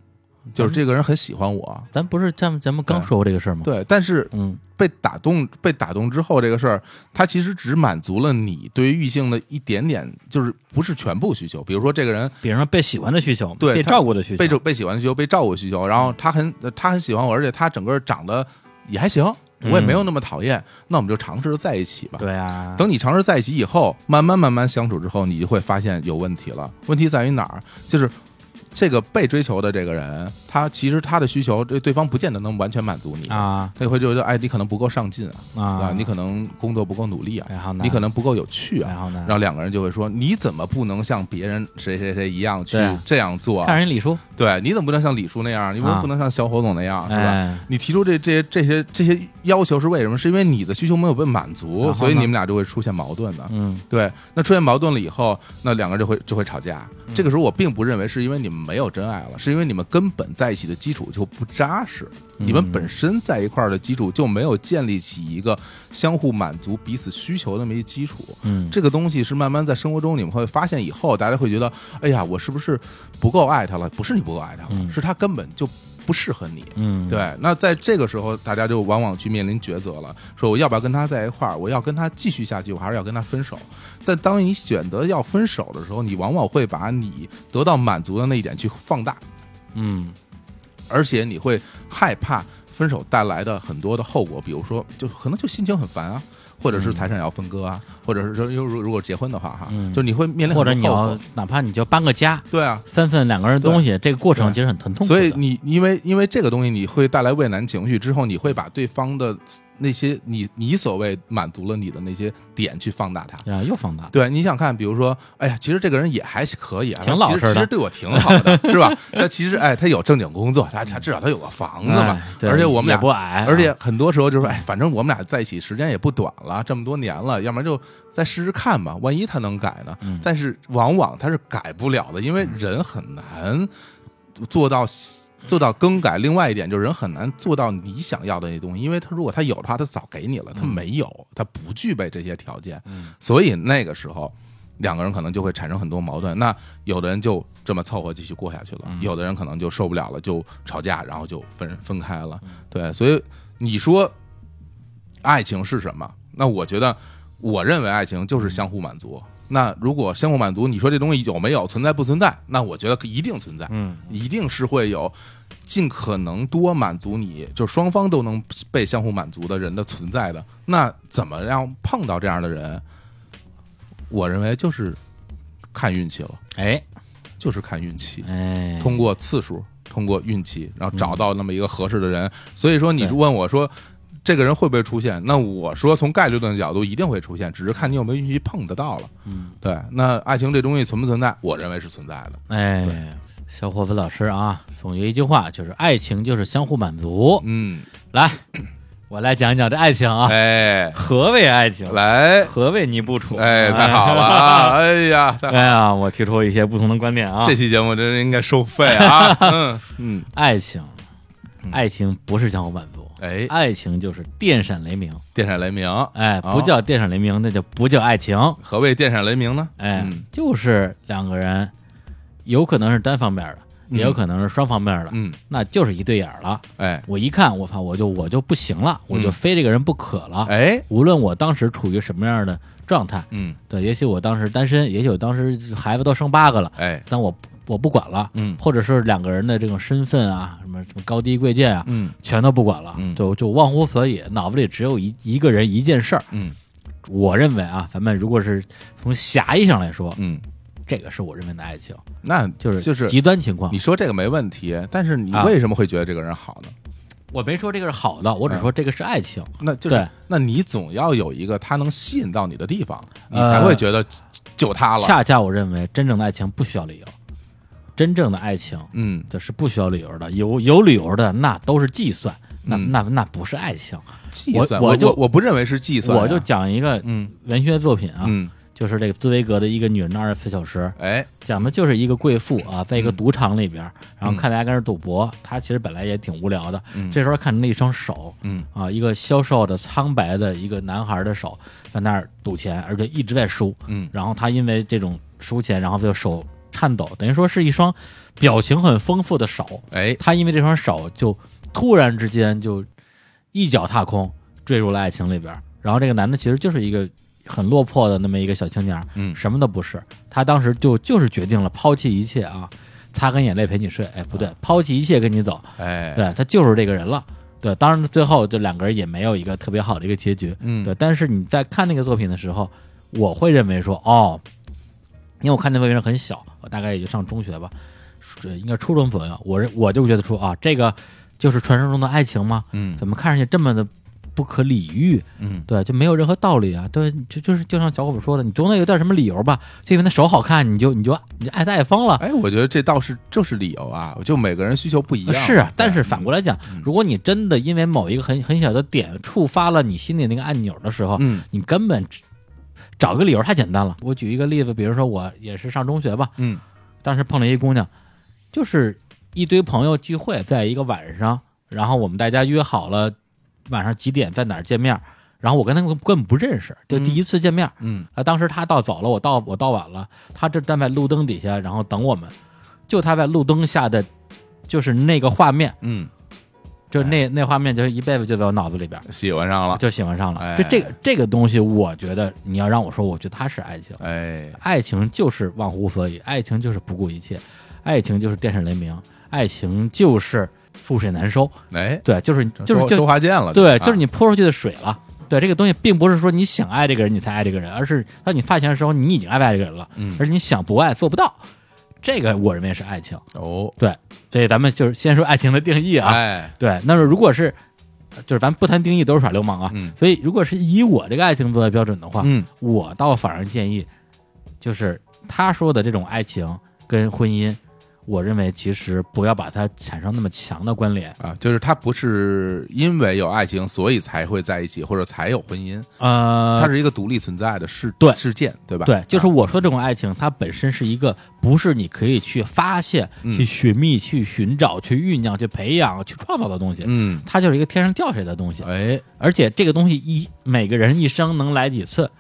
就是这个人很喜欢我，
咱不是咱们咱们刚说过这个事儿吗？
对，但是
嗯，
被打动被打动之后这个事儿，它其实只满足了你对于异性的一点点，就是不是全部需求。比如说这个人
比如说被喜欢的需求，
对
被
他
照顾的需求，
被被喜欢的需求，被照顾的需求，然后他很他很喜欢我，而且他整个长得也还行，我也没有那么讨厌，那我们就尝试着在一起吧。
嗯对啊，
等你尝试在一起以后，慢慢慢慢相处之后，你就会发现有问题了。问题在于哪儿？就是这个被追求的这个人，他其实他的需求，对对方不见得能完全满足你。
啊
他会觉得，哎，你可能不够上进啊，
啊
啊，，你可能工作不够努力啊，
哎好难，
你可能不够有趣
哎
啊。
好难
然，后两个人就会说：“你怎么不能像别人谁谁谁一样去
对啊
这样做啊
看？人李叔，
对，你怎么不能像李叔那样？你为什么
啊
不能像小侯总那啊样？是吧？
哎，
你提出这这些这些这些要求是为什么？是因为你的需求没有被满
然后
足，
呢
所以你们俩就会出现矛盾的。
嗯
对，那出现矛盾了以后，那两个人就会就会吵架。
嗯
这个时候，我并不认为是因为你们没有真爱了，是因为你们根本在一起的基础就不扎实，
嗯
你们本身在一块儿的基础就没有建立起一个相互满足彼此需求的那么一基础。
嗯，
这个东西是慢慢在生活中你们会发现以后，大家会觉得，哎呀，我是不是不够爱他了？不是你不够爱他了，
嗯
是他根本就不适合你。
嗯
对，那在这个时候，大家就往往去面临抉择了，说我要不要跟他在一块儿？我要跟他继续下去，我还是要跟他分手？但当你选择要分手的时候，你往往会把你得到满足的那一点去放大，
嗯
而且你会害怕分手带来的很多的后果，比如说，就可能就心情很烦啊，或者是财产要分割啊，或者是说，如如如果结婚的话哈，
嗯
就你会面临
或者
很多
你
后
要
果
哪怕你就搬个家，
对啊，
分分两个人东西，这个过程其实很疼痛苦
所
的，
以你因为因为这个东西，你会带来畏难情绪，之后你会把对方的那些你你所谓满足了你的那些点去放大它。
啊又放大，
对，你想看，比如说，哎呀，其实这个人也还可以啊，
挺老
其
实的
其实对我挺好的，是吧？那其实，哎，他有正经工作，他他至少他有个房子嘛
嗯哎，对
而且我们
也
俩
不矮，啊
而且很多时候就是说，哎，反正我们俩在一起时间也不短了，这么多年了，要不然就再试试看吧，万一他能改呢？
嗯
但是往往他是改不了的，因为人很难做到。做到更改，另外一点就是人很难做到你想要的那东西，因为他如果他有的话，他早给你了，他没有，他不具备这些条件，所以那个时候两个人可能就会产生很多矛盾。那有的人就这么凑合继续过下去了，有的人可能就受不了了，就吵架，然后就分分开了。对，所以你说爱情是什么？那我觉得，我认为爱情就是相互满足。那如果相互满足，你说这东西有没有存在不存在？那我觉得一定存在，
嗯，
一定是会有尽可能多满足你，就双方都能被相互满足的人的存在的。那怎么样碰到这样的人？我认为就是看运气了，
哎
就是看运气。
哎，
通过次数，通过运气，然后找到那么一个合适的人。所以说，你
对
问我说这个人会不会出现？那我说从概率论的角度一定会出现，只是看你有没有运气碰得到了。
嗯，
对。那爱情这东西存不存在？我认为是存在的。
哎，小伙子老师啊，总结一句话就是：爱情就是相互满足。
嗯，
来，我来讲一讲这爱情啊，
哎，
何谓爱情？
来，
何谓尼布楚？
哎，太好了啊！哎呀，太好
哎呀，我提出一些不同的观点啊
这。期节目真是应该收费
*laughs*
啊！嗯嗯，
爱情，爱情不是相互满足，
哎，
爱情就是电闪雷鸣。
电闪雷鸣，
哎，
哦
不叫电闪雷鸣，那就不叫爱情。
何谓电闪雷鸣呢？
哎，
嗯
就是两个人，有可能是单方面的，也有
嗯
可能是双方面的，
嗯，
那就是一对眼儿了。
哎
我一看，我操，我就我就不行了，我就非这个人不可了。
嗯哎，
无论我当时处于什么样的状态，
嗯
对，也许我当时单身，也许我当时孩子都生八个了，
哎
但我不我不管了，
嗯
或者是两个人的这种身份啊，什么什么高低贵贱啊，
嗯
全都不管了，
嗯
就就忘乎所以，脑子里只有一一个人一件事儿。
嗯
我认为啊，咱们如果是从狭义上来说，
嗯，
这个是我认为的爱情，
那
就是
就是
极端情况
你。说这个没问题，但是你
啊
为什么会觉得这个人好呢？
我没说这个是好的，
嗯
我只说这个是爱情。
那就是
对，
那你总要有一个他能吸引到你的地方，你
呃
才会觉得就他了。
恰恰我认为，真正的爱情不需要理由，真正的爱情
嗯，
对是不需要理由的，有有理由的那都是计算，那、
嗯
那那不是爱情。
计
我
算，
我
我
就
我不认为是计算啊，
我就讲一个
嗯
文学作品啊，
嗯，
就是这个茨威格的一个女人的二十四小时，
哎，
讲的就是一个贵妇啊，在一个
嗯
赌场里边，然后
嗯
看大家跟这赌博，她其实本来也挺无聊的，
嗯
这时候看着那一双手，
嗯
啊，一个消瘦的苍白的一个男孩的手在那儿赌钱，而且一直在输，
嗯
然后他因为这种输钱，然后就手颤抖，等于说是一双表情很丰富的手，
哎，
他因为这双手就突然之间就一脚踏空，坠入了爱情里边儿。然后这个男的其实就是一个很落魄的那么一个小青年儿，
嗯
什么都不是。他当时就就是决定了抛弃一切啊，擦干眼泪陪你睡。哎，不对，抛弃一切跟你走。
哎，
对他就是这个人了。对，当然最后这两个人也没有一个特别好的一个结局。
嗯
对，但是你在看那个作品的时候，我会认为说，哦，因为我看那个人很小，我大概也就上中学吧，是应该初中左右，我认我就觉得说啊，这个就是传说中的爱情吗？
嗯
怎么看上去这么的不可理喻？
嗯
对，就没有任何道理啊！对，就就是就像小伙伴说的，你总得有点什么理由吧？就因为他手好看，你就你就你就爱他爱疯了。
哎，我觉得这倒是就是理由啊，就每个人需求不一样。
是啊，但
对嗯
是反过来讲，如果你真的因为某一个很很小的点触发了你心里那个按钮的时候，
嗯
你根本只找个理由太简单了。我举一个例子，比如说我也是上中学吧，
嗯
当时碰了一姑娘，就是一堆朋友聚会，在一个晚上，然后我们大家约好了晚上几点在哪儿见面，然后我跟她根本不认识，就第一次见面，
嗯
啊，当时他到早了，我到我到晚了，他这站在路灯底下，然后等我们，就他在路灯下的，就是那个画面，
嗯，
就那那画面，就是一辈子就在我脑子里边，
喜欢上了，
就喜欢上了。
哎
就这个这个东西，我觉得你要让我说，我觉得它是爱情，
哎，
爱情就是忘乎所以，爱情就是不顾一切，爱情就是电闪雷鸣，爱情就是覆水难收。
哎，
对，就是就是
周
就
周华健了，啊
对，
这
就是你泼出去的水了。对，这个东西并不是说你想爱这个人你才爱这个人，而是当你发现的时候，你已经爱不爱这个人了，
嗯
而你想不爱做不到。这个我认为是爱情。
哦，
对，所以咱们就是先说爱情的定义啊。
哎，
对，那么如果是，就是咱不谈定义都是耍流氓啊。
嗯
所以如果是以我这个爱情作为标准的话，
嗯
我倒反而建议，就是他说的这种爱情跟婚姻，我认为其实不要把它产生那么强的关联。
啊，就是他不是因为有爱情所以才会在一起，或者才有婚姻，
呃，
它是一个独立存在的事
对
事件，对吧？
对，就是
啊
我说这种爱情，它本身是一个不是你可以去发现、
嗯
去寻觅、去寻找、去酝酿、去培养、去创造的东西，
嗯，
它就是一个天上掉下来的东西。
哎，
而且这个东西一每个人一生能来几次，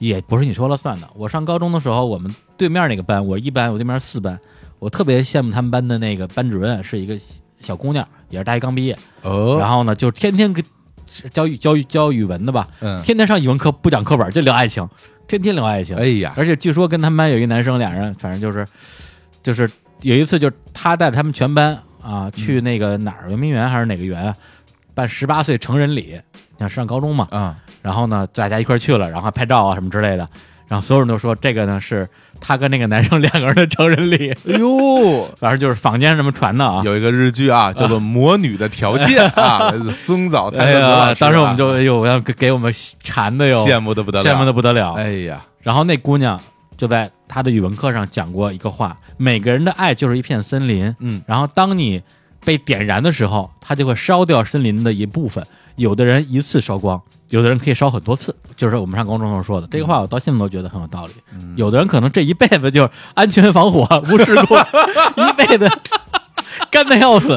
也不是你说了算的。我上高中的时候，我们对面那个班，我一班，我对面四班，我特别羡慕他们班的那个班主任是一个小姑娘，也是大一刚毕业，
哦，
然后呢，就天天跟教育教育教语文的吧，
嗯，
天天上语文课不讲课本，就聊爱情，天天聊爱情。
哎呀，
而且据说跟他们班有一个男生，俩人反正就是就是有一次，就是他带他们全班啊去
嗯
那个哪儿圆明园还是哪个园啊办十八岁成人礼，你看上高中嘛，
啊，
然后呢大家一块儿去了，然后还拍照啊什么之类的，然后所有人都说这个呢是他跟那个男生 *laughs* 两个人的成人礼，
哎呦，
反正就是坊间什么传的啊。
有一个日剧啊，叫做《魔女的条件》
*laughs*
啊，来自松岛泰
哎
勒子老师
呀
啊，
当时我们就哎呦，我要给给我们馋的哟，
羡慕的不得了，
羡慕的不得了。
哎呀，
然后那姑娘就在她的语文课上讲过一个话：每个人的爱就是一片森林，
嗯，
然后当你被点燃的时候，它就会烧掉森林的一部分。有的人一次烧光，有的人可以烧很多次，就是我们上高中时候说
嗯
的这个话，我到现在都觉得很有道理。有的人可能这一辈子就是安全防火无事故， *laughs* 一辈子干的要死，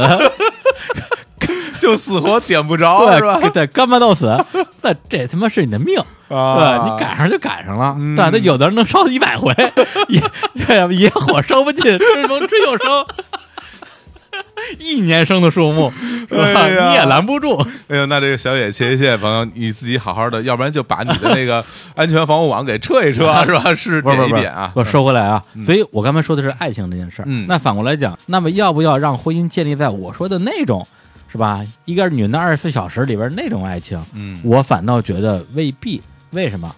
就死活点不着，哦是吧？
对对，干巴到死， *laughs* 那这他妈是你的命。对
啊
你赶上就赶上了，对，那有的人能烧一百回， *laughs* 也对啊，野火烧不尽，春风吹又生， *laughs* 一年生的树木是吧？
哎呀
你也拦不住。
哎呦，那这个小野谢谢谢谢朋友，你自己好好的，要不然就把你的那个安全防护网给撤一撤，
*laughs*
啊是吧？是
不是不是
点一
不是
点啊，
我说回来啊，所以我刚才说的是爱情这件事儿。
嗯
那反过来讲，那么要不要让婚姻建立在我说的那种，是吧？一个女人的二十四小时里边那种爱情，
嗯
我反倒觉得未必。为什么？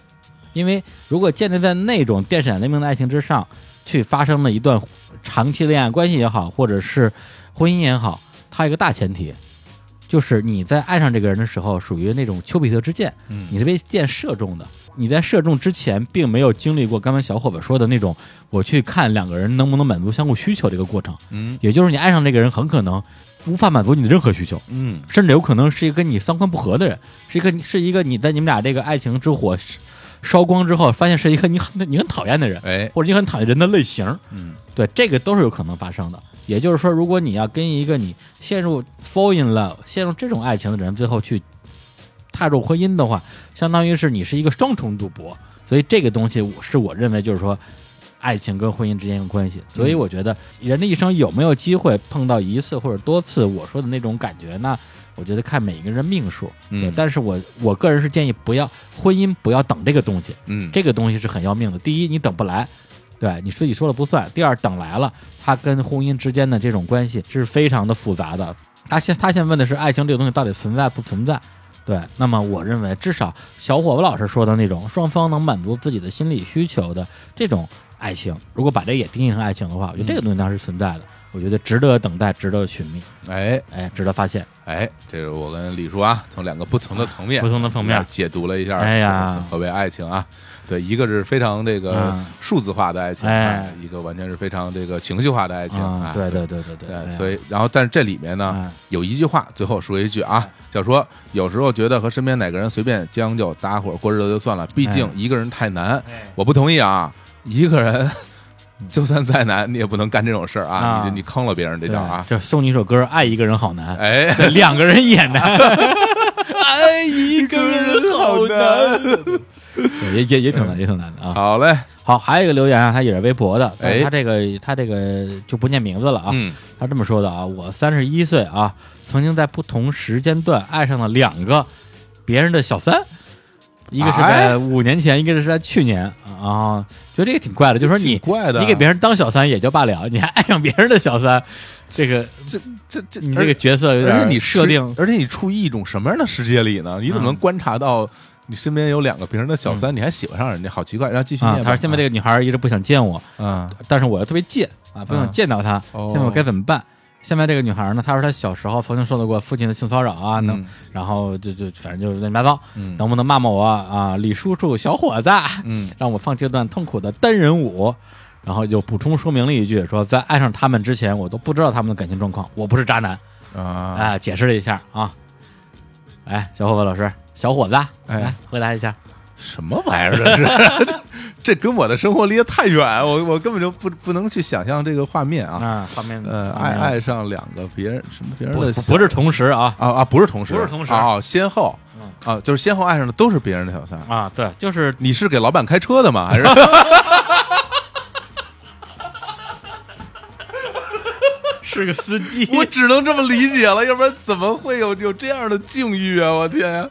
因为如果建立在那种电闪雷鸣的爱情之上，去发生了一段长期恋爱关系也好，或者是婚姻也好，它有一个大前提，就是你在爱上这个人的时候，属于那种丘比特之箭，
嗯
你是被箭射中的。你在射中之前，并没有经历过刚才小伙伴说的那种，我去看两个人能不能满足相互需求这个过程。
嗯
也就是你爱上这个人，很可能无法满足你的任何需求，
嗯
甚至有可能是一个跟你三观不合的人，是一个是一个你在你们俩这个爱情之火烧光之后，发现是一个你很你很讨厌的人，
哎
或者你很讨厌人的类型。
嗯
对，这个都是有可能发生的。也就是说，如果你要跟一个你陷入 fall in love、陷入这种爱情的人，最后去踏入婚姻的话，相当于是你是一个双重赌博。所以这个东西，我是我认为就是说，爱情跟婚姻之间的关系。所以我觉得，人的一生有没有机会碰到一次或者多次我说的那种感觉呢？我觉得看每一个人命数。对
嗯，
但是我我个人是建议不要婚姻不要等这个东西。
嗯
这个东西是很要命的。第一，你等不来，对你自己说了不算；第二，等来了，它跟婚姻之间的这种关系是非常的复杂的。他现他现在问的是爱情这个东西到底存在不存在？对，那么我认为至少小伙子老师说的那种双方能满足自己的心理需求的这种爱情，如果把这也定义成爱情的话，我觉得这个东西当然是存在的。我觉得值得等待，值得寻觅，
哎
哎，值得发现。
哎，这是我跟李叔啊，从两个不同的层面、
不同的层面
解读了一下，
哎呀
何为爱情啊？对，一个是非常这个
嗯
数字化的爱情，啊
哎
一个完全是非常这个情绪化的爱情
啊、
*laughs* 啊。
对对对对对，
对，
哎
所以然后但是这里面呢
哎，
有一句话，最后说一句啊，
嗯
叫说有时候觉得和身边哪个人随便将就搭伙过日子就算了，毕竟
哎
一个人太难。
哎，
我不同意啊，一个人 *laughs* 就算再难，你也不能干这种事儿啊，
啊
你这你坑了别人这
对
叫啊。
哎这送你一首歌，《爱一个人好难》。
哎，
对两个人也 *laughs* 难，爱一个人好难，也也也挺难，也挺难的啊。
*laughs* 好嘞，
好，还有一个留言啊，他也是微博的，但
哎
是他这个他这个就不念名字了啊。
嗯，
他这么说的啊，我三十一岁啊，曾经在不同时间段爱上了两个别人的小三。一个是
哎
在五年前，一个是在去年啊，觉得这个挺怪的，就说
挺
你
怪的，
你给别人当小三也就罢了，你还爱上别人的小三，这个
这这这
你这个角色有
而，而且
点
你
设定
而且你处于一种什么样的世界里呢？你怎么能
嗯
观察到你身边有两个别人的小三，你还喜欢上人家？好奇怪，然后继续
啊
念。吧。
他说现在这个女孩一直不想见我，
啊，
但是我又特别贱啊，不想见到她。
哦
现在我该怎么办？现在这个女孩呢，她说她小时候曾经受到过父亲的性骚扰啊，能，
嗯
然后就就反正就是乱七八糟，
嗯
能不能骂骂我啊？李叔叔，小伙子，
嗯
让我放这段痛苦的单人舞。然后又补充说明了一句，说在爱上他们之前，我都不知道他们的感情状况，我不是渣男，
啊，
哎、解释了一下啊。哎，小伙伴老师，小伙子，
哎
来回答一下，
什么玩意儿这是？这这 *laughs* 跟我的生活离得太远，我我根本就不不能去想象这个画面啊。
啊，方面
呃，
方
爱
面
爱上两个别人什么别人
不
的
不不是同时啊，
啊啊，不是同时，
不是同时嗯
啊，先后啊，就是先后爱上的都是别人的小三。
啊，对，就是
你是给老板开车的吗？还是？
*laughs* 是个司机
*laughs* 我只能这么理解了，要不然怎么会有有这样的境遇啊！我天呀、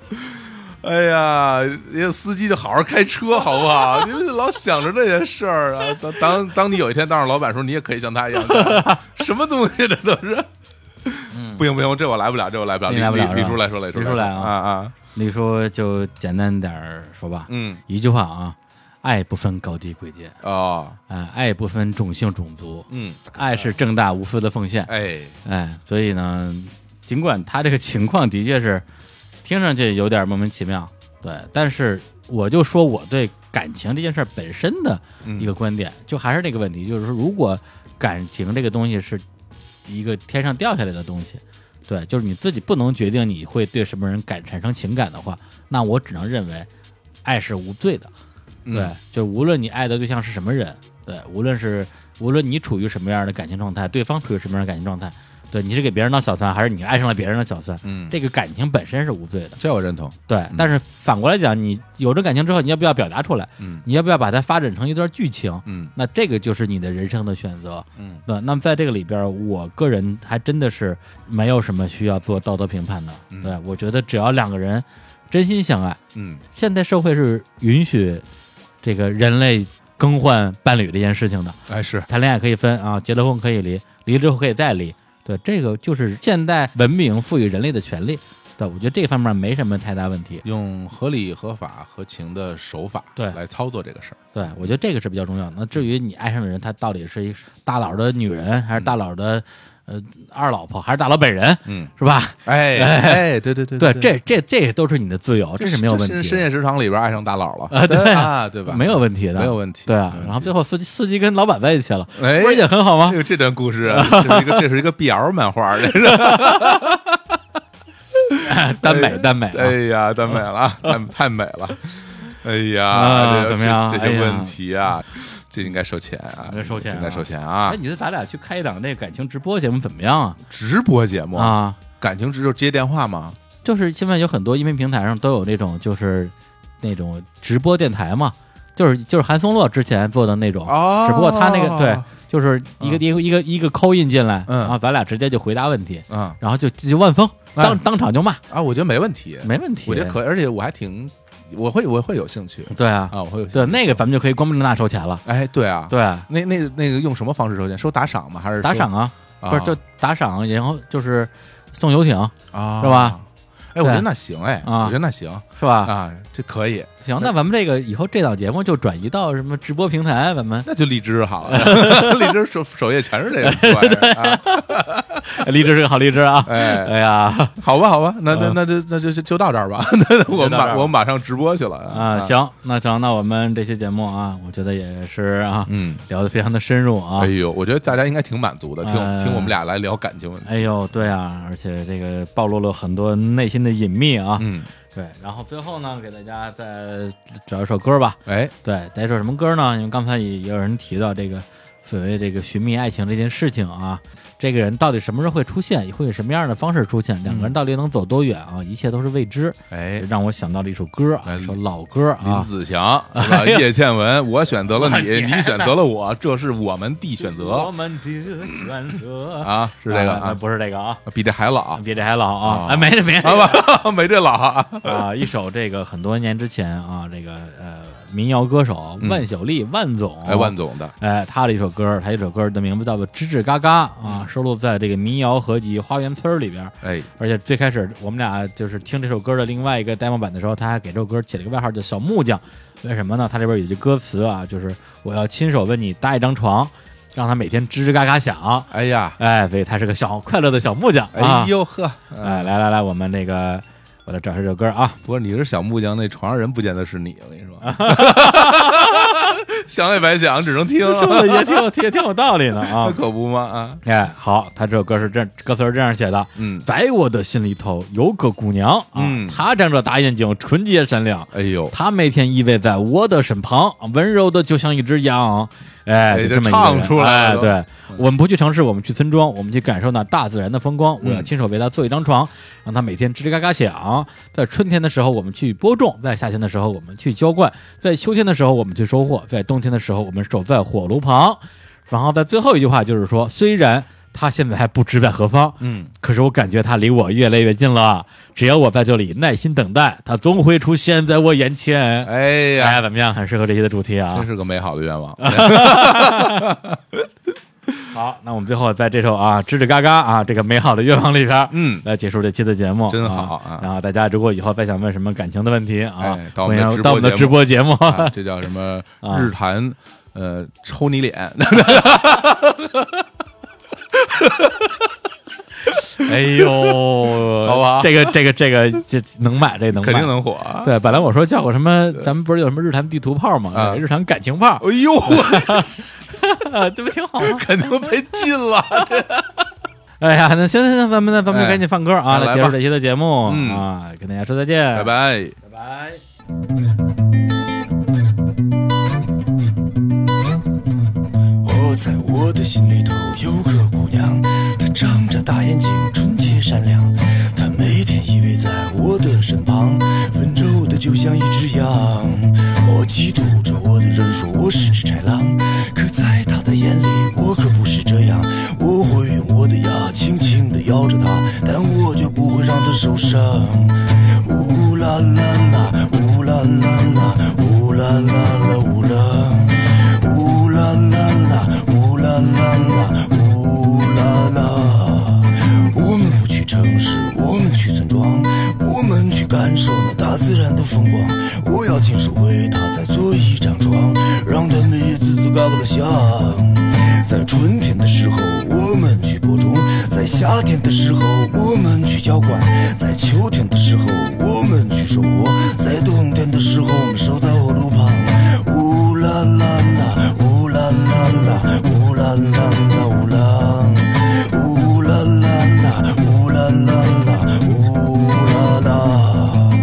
哎呀，那个司机就好好开车好不好？ *laughs* 你们老想着这些事儿啊！当当当你有一天当上老板的时候，你也可以像他一样，什么东西这都是。不行不行，这我来不了，这我来不了。
你来不嗯
李
了是
李李
吧
叔来说，来说，
李叔
来
来啊
啊啊！
李叔就简单点儿说吧，
嗯
一句话啊，爱不分高低贵贱，
哦，
啊、爱不分种姓种族，
嗯，
爱是正大无私的奉献，
哎，
哎，所以呢，尽管他这个情况的确是听上去有点莫名其妙，对，但是我就说我对感情这件事儿本身的
嗯
一个观点，就还是那个问题，就是说，如果感情这个东西是一个天上掉下来的东西，对，就是你自己不能决定你会对什么人感产生情感的话，那我只能认为爱是无罪的，
嗯
对，就无论你爱的对象是什么人，对，无论是无论你处于什么样的感情状态，对方处于什么样的感情状态，对，你是给别人当小三，还是你爱上了别人的小三，
嗯，
这个感情本身是无罪的，
这我认同。
对。但是反过来讲，你有这感情之后，你要不要表达出来？
嗯
你要不要把它发展成一段剧情？
嗯
那这个就是你的人生的选择。
嗯
对，那么在这个里边儿，我个人还真的是没有什么需要做道德评判的。
嗯
对，我觉得只要两个人真心相爱，
嗯
现代社会是允许这个人类更换伴侣这件事情的，
哎是
谈恋爱可以分啊，结了婚可以离，离了之后可以再离。对，这个就是现代文明赋予人类的权利。对，我觉得这方面没什么太大问题。
用合理、合法、合情的手法
对
来操作这个事儿。
对，我觉得这个是比较重要的。那至于你爱上的人，他到底是一大佬的女人，还是大佬的呃二老婆还是大佬本人，
嗯，
是吧？
哎哎，对对对
对，
对，
这这这都是你的自由，这是没有问
这
题
是
的
深夜食堂里边爱上大佬了
啊对啊
啊，对吧？
没有问题的，
没有问题
对啊
没有问，题
然后最后司机司机跟老板在一起了，
哎
不是也很好吗
哎？呦，这段故事啊，这是一个这是一个 BL 漫画，这
*laughs*
是。
耽美耽美啊，
哎呀，太美了，太太美了。哎呀，
啊
这个
怎么样
这这
哎
些
呀
问题啊，这应该收钱啊，
应该收钱啊
应该收钱啊
哎，！你说咱俩去开一档那感情直播节目怎么样啊？
直播节目，
啊，
感情直就接电话吗？
就是现在有很多音频平台上都有那种就是那种直播电台嘛，就是就是韩松洛之前做的那种，
哦
只不过他那个对，就是一个
嗯
一个一个一个扣印进来，
嗯
然后咱俩直接就回答问题，
嗯
然后就就万峰当、
哎
当场就骂，
啊，我觉得没问题，
没问题，
我觉得可以，而且我还挺，我会我会有兴趣
对啊，
啊，我会有兴趣
对那个咱们就可以光明正大收钱了，
哎，对啊，，
对啊，
那那那个用什么方式收钱？收打赏吗？还是
打赏啊，
收？
不是
啊
就打赏，然后就是送游艇
啊，
是吧？
哎，我觉得
对
那行，哎，
啊
我觉得那行
是吧？
啊，这可以，
行，那咱们这个以后这档节目就转移到什么直播平台，咱
*laughs*
们
*laughs* 那就荔枝好了，荔枝首首页全是这个玩意儿啊，
荔枝是个好荔枝啊，
哎
哎呀
好吧，好吧，那那
嗯
那就那就就就到
*laughs*
这儿吧，那我
就
们
到这
马
儿
我们马上直播去了
啊，，行，那行，那我们这期节目啊，我觉得也是啊，
嗯，
聊得非常的深入啊
哎，呦，我觉得大家应该挺满足的，听
哎
听我们俩来聊感情问
哎
题，
呦，对啊，而且这个暴露了很多内心的隐秘啊，
嗯，
对，然后最后呢，给大家再找一首歌吧，
哎，
对，来首什么歌呢？因为刚才也也有人提到这个所谓这个寻觅爱情这件事情啊，这个人到底什么时候会出现，会以什么样的方式出现，两个人到底能走多远啊？一切都是未知。
哎，
让我想到了一首歌啊，
哎
一首老歌
林
啊，*laughs*
子祥、是吧叶倩文，我选择了你，你选择了我，这是我们的选择
们的选择
啊，是这个
啊，
啊，
不是这个啊，
比这还老 *laughs* 啊
比这还老啊
啊，
哎，没这没这
吧，没这老啊，
*laughs* 啊，一首这个很多年之前啊，这个呃民谣歌手万晓利万总，
嗯哎，万总的，
哎，他的一首歌，他一首歌的名字叫做《吱吱嘎嘎》啊，
嗯
收录在这个民谣合集《花园村》里边。
哎，
而且最开始我们俩就是听这首歌的另外一个 demo 版的时候，他还给这首歌起了一个外号叫“小木匠”，为什么呢？他这边有句歌词啊，就是“我要亲手为你搭一张床，让它每天吱吱嘎嘎响
哎呀”。，
哎，所以他是个小快乐的小木匠。啊
哎，呦呵，
哎，来来来，我们那个我来找这首歌啊，
不过你是小木匠，那床上人不见得是你，我跟你说，想也白想，只能听，
*laughs* 说的也挺有也挺有道理的啊
那。可不嘛啊，
*laughs* 哎，好，他这首歌是这歌词是这样写的，
嗯，
在我的心里头有个姑娘啊，
嗯
她长着大眼睛，纯洁善良。
哎呦，
她每天依偎在我的身旁，温柔的就像一只羊。哎，
哎
就
这
这么一个人
唱出来
哎
了
对，我们不去城市，我们去村庄，我们去感受那大自然的风
嗯
光。我要亲手为她做一张床，让她每天吱吱嘎嘎响。在春天的时候，我们去播种；在夏天的时候，我们去浇灌；在秋天的时候，我们去收获；在冬天的时候，我们守在火炉旁。然后在最后一句话就是说，虽然她现在还不知在何方，
*laughs* 嗯，
可是我感觉他离我越来越近了，只要我在这里耐心等待，他总会出现在我眼前。
哎
大
呀，
家怎么样？很适合这期的主题
真
啊。
是个美好的愿望，
好，那我们最后在这首啊吱吱嘎嘎啊这个美好的愿望里边，
嗯
来结束这期的节目，
真好
啊
啊
然后大家如果以后再想问什么感情的问题啊
哎，到我
欢
们的
迎到我们的直
直
播节目。
啊这叫什么
啊
日坛，呃，抽你脸，
*laughs* 哎呦，
好吧
这个这个这个这能买，这能买
*laughs* 肯定。能火啊，
对，本来我说叫我什么，咱们不是有什么日坛地图炮吗？
啊
日坛感情 *laughs* 炮，
哎呦，
啊这不挺好吗？
肯定被禁了，
哎呀，那行行行，咱们那咱们就
哎
赶紧放歌啊，来
来吧
结束这期的节目
嗯
啊，跟大家说再见，
拜，拜。
拜拜。
哦，在我的心里头有个姑娘，她长着大眼睛，纯洁善良，她每天依偎在我的身旁，温柔的就像一只羊。哦，嫉妒着我的人说我是只豺狼，可在她的眼里我可不是这样，我会用我的牙轻轻的咬着她，但我绝不会让她受伤。呜啦啦啦，呜啦啦啦，呜啦啦啦，呜啦，呜啦啦啦，呜啦啦啦，呜啦啦。我们不去城市，我们去村庄，我们去感受那大自然的风光。我要亲手为它再做一张床，让它每日滋滋嘎嘎的响。在春天的时候，我们去播种；在夏天的时候，我们去摇滚；在秋天的时候，我们去手握；在冬天的时候，我们守到路旁。乌啦啦啦，乌啦啦啦，乌啦啦啦，乌啦，乌啦啦啦，乌啦啦啦，乌啦啦。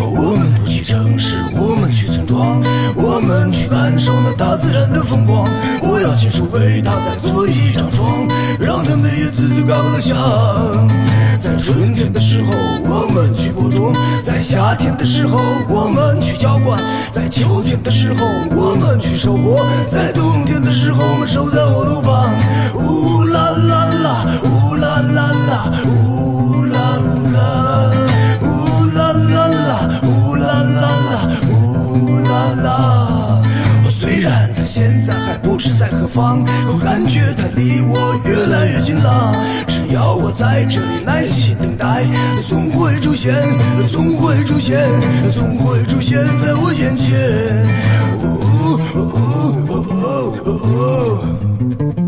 我们不去城市，我们去村庄，我们去感受那大自然的风光。我要亲手为它再做一张床，让它每夜自己高的香。在春天的时候，我们去播种；在夏天的时候，我们去浇灌；在秋天的时候，我们去收获；在冬天的时候，我们守在火炉旁。呜啦啦啦，呜啦啦啦，呜啦啦，呜啦啦啦，呜啦啦啦，呜啦啦。我虽然它现在还不知在何方，可感觉它离我越来越近了。只要我在这里耐心等待，它总会出现，它总会出现，它总会出现在我眼前。呜呜呜呜呜呜。